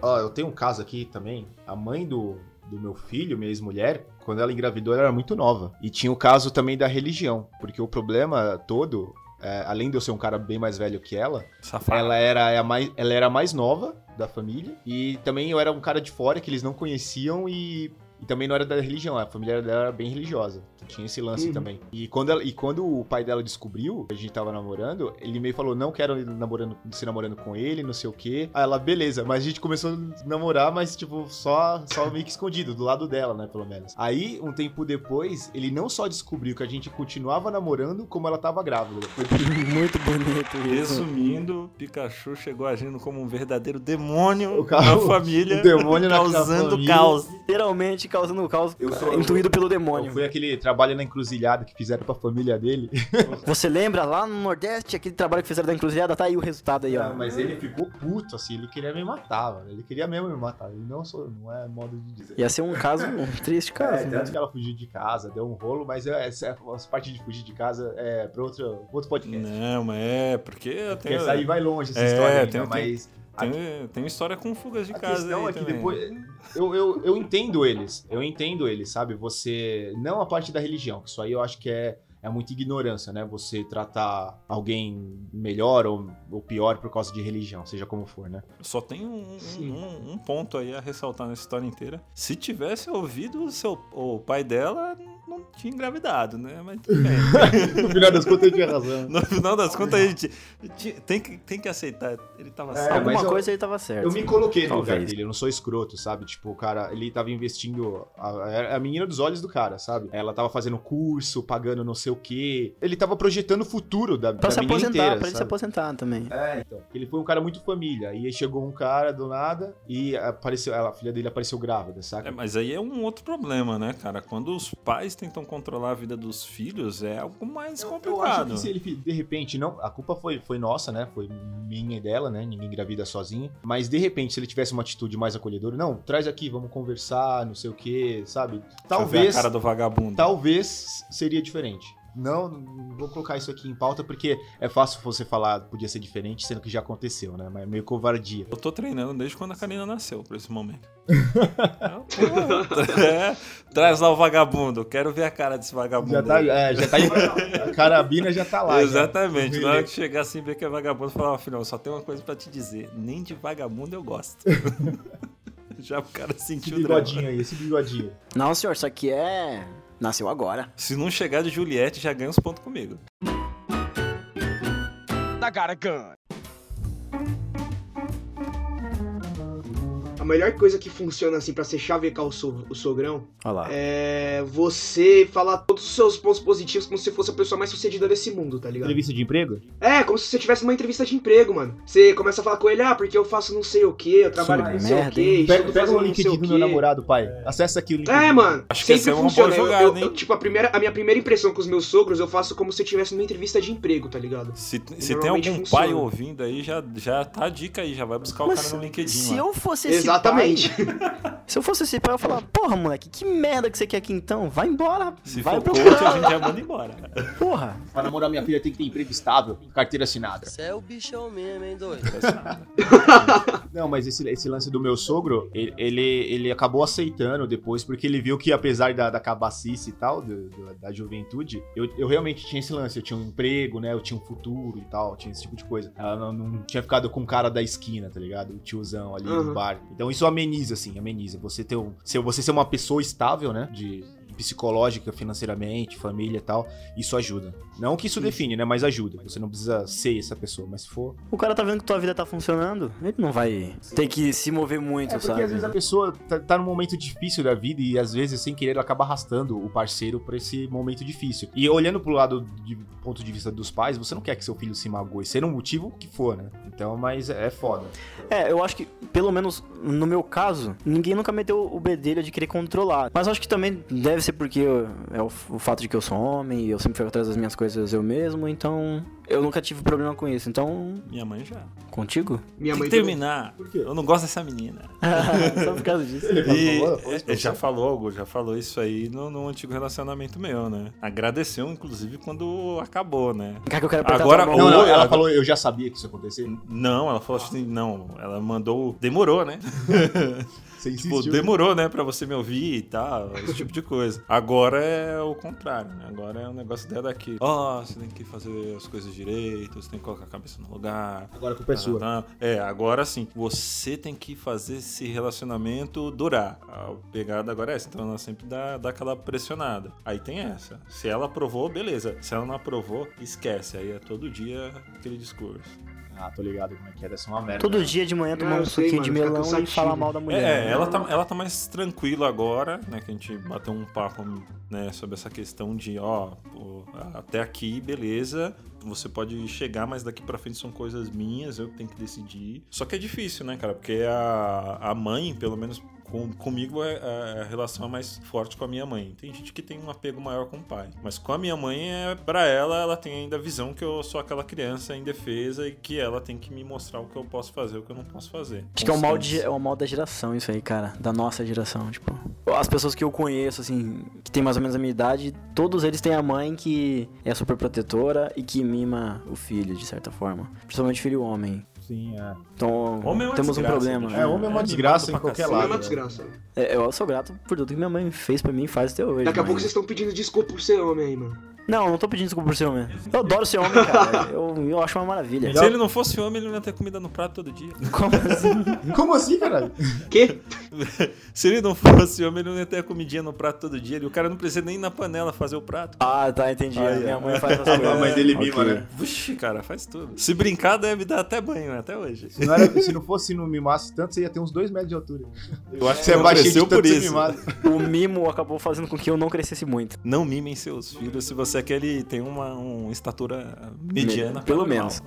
Ó, eu tenho um caso aqui também. A mãe do, do meu filho, minha ex-mulher, quando ela engravidou, ela era muito nova. E tinha o caso também da religião. Porque o problema todo, é, além de eu ser um cara bem mais velho que ela,
Safado.
Ela é era a mais, ela era a mais nova da família e também eu era um cara de fora que eles não conheciam e, e também não era da religião. A família dela era bem religiosa, tinha esse lance
Uhum.
também. E quando, ela- e quando o pai dela descobriu que a gente tava namorando, ele meio falou não quero ir namorando, se namorando com ele, não sei o quê. Aí ela beleza, mas a gente começou a namorar, mas tipo só só meio que escondido do lado dela, né, pelo menos. Aí um tempo depois ele não só descobriu que a gente continuava namorando, como ela tava grávida.
Muito bonito isso.
Resumindo, Pikachu chegou agindo como um verdadeiro demônio
O caos-
na família,
o demônio na
causando
família.
caos.
Literalmente causando o caos é,
Eu sou-
intuído pelo
Não,
demônio.
foi aquele trabalho na encruzilhada que fizeram pra família dele.
Você lembra lá no Nordeste aquele trabalho que fizeram da encruzilhada? Tá aí o resultado aí, ó.
Ah, mas ele ficou puto, assim, ele queria me matar, mano. Ele queria mesmo me matar. Ele não sou, não é modo de dizer.
Ia ser um caso, um triste
É,
caso. né?
tanto que ela fugiu de casa, deu um rolo, mas é- essa, essa parte de fugir de casa é pra outro, outro podcast.
Né.
Não, mas é, porque eu
Porque
tenho,
essa aí vai longe, essa
É,
história ainda,
tem- tem-
mas
tenho, tenho história com fugas de
a
casa
questão
aí
é que
também.
depois... Eu, eu, eu entendo eles, eu entendo eles, sabe? Você... Não a parte da religião, que isso aí eu acho que é... É muita ignorância, né? Você tratar alguém melhor ou, ou pior por causa de religião, seja como for, né?
Só tem um, um-
Sim.
um- um ponto aí a ressaltar nessa história inteira. Se tivesse ouvido o, seu, o pai dela, não tinha engravidado, né? Mas tudo bem.
No final das contas, eu tinha razão.
No final das contas, a gente a gente tem que, tem que aceitar. Ele tava
É,
certo.
Alguma
mas eu-
coisa ele tava certo.
Eu me coloquei no lugar
É, Talvez.
dele, eu não sou escroto, sabe? Tipo, o cara, ele tava investindo. A, era a menina dos olhos do cara, sabe? Ela tava fazendo curso, pagando não sei o quê. Ele tava projetando o futuro da,
Pra
da
se
menina
aposentar,
inteira.
pra ele se
sabe?
aposentar também.
É, então. Ele foi um cara muito família. E aí chegou um cara do nada e apareceu. Ela, a filha dele apareceu grávida, saca?
É, mas aí é um outro problema, né, cara? Quando os pais tentam controlar a vida dos filhos, é algo mais
Eu acho
complicado.
que se ele, de repente, não. A culpa foi, foi nossa, né? Foi minha e dela, né? Ninguém engravida sozinho. Mas, de repente, se ele tivesse uma atitude mais acolhedora, não, traz aqui, vamos conversar, não sei o quê, sabe?
Pra ver
Talvez.
A cara do vagabundo.
Talvez seria diferente. Não, não vou colocar isso aqui em pauta porque é fácil você falar, podia ser diferente, sendo que já aconteceu, né? Mas é meio covardia.
Eu tô treinando desde quando a Karina nasceu, pra esse momento. É, é, traz lá o vagabundo. Quero ver a cara desse vagabundo.
Já tá, é, já tá em- a carabina já tá lá. já.
Exatamente. Na hora
Beleza.
que chegar assim, ver que é vagabundo, falar, ó, filhão, só tem uma coisa pra te dizer. Nem de vagabundo eu gosto. Já o cara
Esse
sentiu o drama.
bigodinho aí, esse bigodinho.
Não, senhor, isso aqui é. Nasceu agora.
Se não chegar de Juliette, já ganha os pontos comigo.
A melhor coisa que funciona assim pra você chavecar o, so- o sogrão
Olha lá.
é você falar todos os seus pontos positivos como se você fosse a pessoa mais sucedida desse mundo, tá ligado?
Entrevista de emprego?
É, como se você tivesse uma entrevista de emprego, mano. Você começa a falar com ele, ah, porque eu faço não sei o que, eu trabalho
Que
com não sei o
merda,
que,
hein?
Pega,
estudo
pega
fazendo
o
não sei
LinkedIn
o
do meu
que.
namorado, pai. Acessa aqui o LinkedIn.
É, mano,
Acho que essa
sempre
é uma boa
funciona. Eu-
jogada,
eu-
hein?
eu- tipo, a, primeira, a minha primeira impressão com os meus sogros, eu faço como se eu estivesse numa entrevista de emprego, tá ligado?
Se,
E
se tem
normalmente
algum
funciona.
pai ouvindo aí, já, já tá a dica aí, já vai buscar o
Mas
cara no LinkedIn.
Se
lá.
eu fosse esse
Exatamente.
pai, Se eu fosse esse pai, eu ia falar, porra, moleque, que merda que você quer aqui então? Vai embora.
Se
vai
for coach, a gente já manda embora.
Porra.
Pra namorar minha filha tem que ter emprego estável, carteira assinada.
Você é o bichão mesmo, hein, doido?
Não, mas esse, esse lance do meu sogro, ele, ele, ele acabou aceitando depois, porque ele viu que apesar da, da cabacice e tal, do- do- da juventude, eu, eu realmente tinha esse lance. Eu tinha um emprego, né? Eu tinha um futuro e tal, tinha esse tipo de coisa. Ela não, não tinha ficado com o cara da esquina, tá ligado? O tiozão ali no
Uhum.
bar. Então isso ameniza, assim, ameniza. Você ter um. Ser, você ser uma pessoa estável, né? De psicológica, financeiramente, família e tal, isso ajuda. Não que isso define, né? Mas ajuda. Você não precisa ser essa pessoa, mas se for,
O cara tá vendo que tua vida tá funcionando, ele não vai ter que se mover muito,
É porque
sabe?
às vezes a pessoa tá, tá num momento difícil da vida e às vezes, sem querer, ela acaba arrastando o parceiro pra esse momento difícil. E olhando pro lado de ponto de vista dos pais, você não quer que seu filho se magoe, ser um motivo que for, né? Então, mas é foda.
É, eu acho que, pelo menos no meu caso, ninguém nunca meteu o bedelho de querer controlar. Mas eu acho que também deve ser porque eu- é o, f- o fato de que eu sou homem e eu sempre fui atrás das minhas coisas eu mesmo, então eu nunca tive problema com isso. Então,
Minha mãe já.
contigo?
Minha
Tem
mãe
que
também.
terminar.
Por quê?
Eu não gosto dessa menina.
Só por causa disso.
E é, já falou algo, já falou isso aí no, no antigo relacionamento meu, né? Agradeceu, inclusive, quando acabou, né?
Cara, que eu quero apertar
Agora-
tua mão.
Não, não,
Ou-
ela falou, eu já sabia que isso ia acontecer.
Tipo, Não, ela falou assim, não, ela mandou, demorou, né?
Você
Tipo,
insistiu.
demorou, né, pra você me ouvir e tal, esse tipo de coisa. Agora é o contrário, né? Agora é o negócio dela daqui. Ó, você tem que fazer as coisas direito, você tem que colocar a cabeça no lugar.
Agora a culpa é sua.
Tá, tá. É, agora sim, você tem que fazer esse relacionamento durar. A pegada agora é essa, então ela sempre dá, dá aquela pressionada. Aí tem essa. Se ela aprovou, beleza. Se ela não aprovou, esquece. Aí é todo dia aquele discurso.
Ah, tô ligado como é que é, deve ser uma merda.
Todo dia de manhã tomar
Ah,
um
eu sei,
suquinho
mano,
de
fica
melão e
cansativo.
falar mal da mulher.
É,
né?
é, ela tá, ela tá mais tranquila agora, né? Que a gente bateu um papo né, sobre essa questão de, ó, pô, até aqui, beleza. Você pode chegar, mas daqui pra frente são coisas minhas, eu que tenho que decidir. Só que é difícil, né, cara? Porque a, a mãe, pelo menos com, comigo, é- a, a relação é mais forte com a minha mãe. Tem gente que tem um apego maior com o pai. Mas com a minha mãe, é, pra ela, ela tem ainda a visão que eu sou aquela criança indefesa e que ela tem que me mostrar o que eu posso fazer e o que eu não posso fazer.
Acho que é o, mal de, é o mal da geração isso aí, cara. Da nossa geração, tipo. As pessoas que eu conheço, assim, que tem mais ou menos a minha idade, todos eles têm a mãe que é super protetora e que mima o filho, de certa forma. Principalmente filho homem.
Sim, é.
Então,
Homem é uma
temos um
desgraça,
problema.
gente.
É, homem é uma
É,
desgraça em
mimado pra
qualquer
cacete.
Minha mãe é
lado.
uma
né?
desgraça.
É, Eu sou grato por tudo que minha mãe fez pra mim e faz até hoje.
Daqui a
mas-
pouco vocês estão pedindo desculpa por ser homem aí, mano.
Não, não tô pedindo desculpa por ser homem. Eu adoro ser homem, cara. Eu, eu acho uma maravilha.
Se ele não fosse homem, ele não ia ter comida no prato todo dia.
Como assim?
Como assim, caralho?
Quê?
Se ele não fosse homem, ele não ia ter a comidinha no prato todo dia. E o cara não precisa nem ir na panela fazer o prato.
Ah, tá, entendi.
Aí,
minha
ó.
mãe faz as coisas.
A mãe dele Ah, mima,
Ok.
né?
Vixe, cara, faz tudo. Se brincar, deve dar até banho, né? até hoje.
Se não, era- se não fosse, se não mimasse tanto, você ia ter uns dois metros de altura.
Eu acho
Você é
não
baixinho de
cresceu
tanto
por
ser
isso.
mimado.
O mimo acabou fazendo com que eu não crescesse muito.
Não mimem seus filhos se você é que ele tem uma, uma estatura mediana.
Pelo
normal.
menos.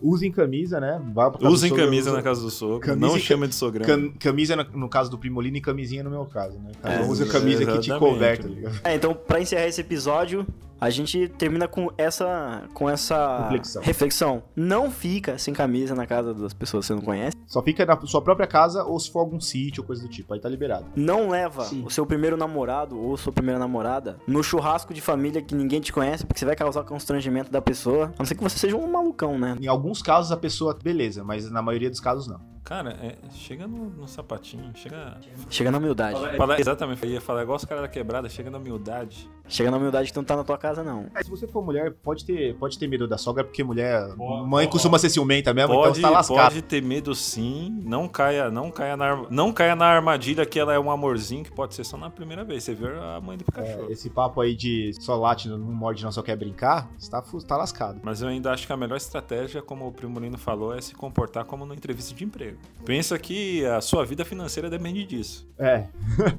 Usem camisa, né? Vá pra casa
Usem
do sogro,
camisa
usa-
na casa do sogro.
Camisa
não
e ca-
chama de sogrão.
Cam- camisa na- no caso do Primolino e camisinha no meu caso, né? Cada
É,
um usa a camisa que te
exatamente.
couber, tá ligado?
É, então, pra encerrar esse episódio, a gente termina com essa com essa
Reflexão.
reflexão. Não fica sem camisa na casa das pessoas que você não conhece.
Só fica na sua própria casa ou se for algum sítio ou coisa do tipo, aí tá liberado.
Não leva
Sim.
o seu primeiro namorado ou sua primeira namorada no churrasco de família que ninguém te conhece, porque você vai causar constrangimento da pessoa. A não ser que você seja um malucão, né?
Em alguns casos a pessoa, beleza, mas na maioria dos casos não.
Cara, é, chega no, no sapatinho, chega.
Chega na humildade.
Falar, exatamente, eu ia falar igual os caras da quebrada, chega na humildade.
Chega na humildade que não tá na tua casa, não.
É, se você for mulher, pode ter, pode ter medo da sogra, porque mulher, mãe costuma ser ciumenta mesmo, então
Pode,
você tá lascado.
pode ter medo sim, não caia, não caia na, ar- não caia na armadilha que ela é um amorzinho que pode ser só na primeira vez. Você viu a mãe do Pikachu.
É, Esse papo aí de só late, não morde, não só quer brincar, você tá, fu- tá lascado.
Mas eu ainda acho que a melhor estratégia, como o Primolino falou, é se comportar como numa entrevista de emprego. Pensa que a sua vida financeira depende disso.
É,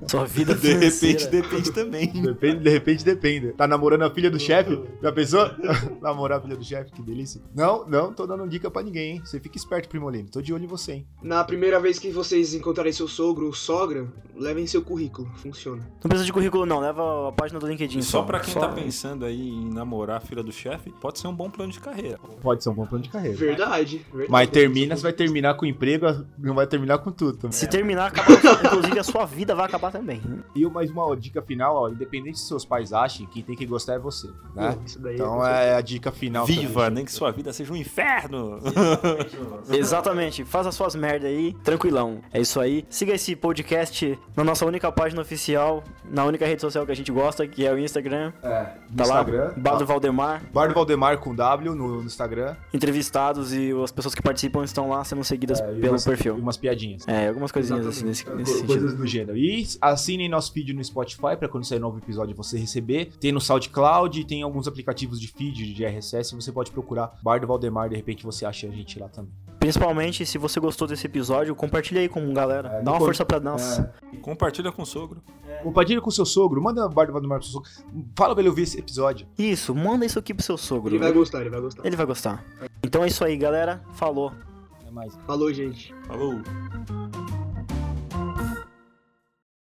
Sua vida
De repente
financeira.
depende também.
depende, de repente depende. Tá namorando a filha do chefe? Já pensou? Namorar a filha do chefe, que delícia. Não, não, tô dando dica pra ninguém, hein? Você fica esperto, Primolino. Tô de olho em você, hein?
Na primeira vez que vocês encontrarem seu sogro ou sogra, Levem seu currículo, funciona.
Não precisa de currículo, não. Leva a página do LinkedIn.
E só pra quem tá pensando aí em namorar a filha do chefe, pode ser um bom plano de carreira.
Pode ser um bom plano de carreira.
Verdade, verdade.
Mas termina, você vai terminar com o emprego, não vai terminar com tudo também.
Se terminar, acaba, inclusive a sua vida vai acabar também.
E mais uma dica final, ó, independente se seus pais achem, quem tem que gostar é você, né?
Isso daí
Então
com
é a dica final. pra
Viva,
gente.
nem que sua vida seja um inferno!
Exatamente, faz as suas merda aí, tranquilão. É isso aí. Siga esse podcast na nossa única página oficial, na única rede social que a gente gosta, que é o Instagram.
É,
Tá
Instagram.
lá, Bardo Valdemar.
Bardo Valdemar com W no, no Instagram.
Entrevistados e as pessoas que participam estão lá sendo seguidas
É, e
pelo
umas- e
perfil.
Umas piadinhas.
É, algumas coisinhas assim nesse, nesse
Co-
sentido.
Coisas do gênero. E assinem nosso feed no Spotify pra quando sair novo episódio você receber. Tem no SoundCloud, tem alguns aplicativos de feed de RSS. Você pode procurar Bardo Valdemar, de repente você acha a gente lá também.
Principalmente se você gostou desse episódio, compartilha aí com galera.
É,
Dá uma
no-
força pra nós.
Compartilha com o sogro.
É. Compartilha com seu sogro, manda Bardo Valdemar pro seu sogro. Fala pra ele ouvir esse episódio.
Isso, manda isso aqui pro seu sogro.
Ele
né?
vai gostar, ele vai gostar.
Ele vai gostar. Então é isso aí, galera. Falou.
Até mais.
Falou, gente.
Falou!
Tchau.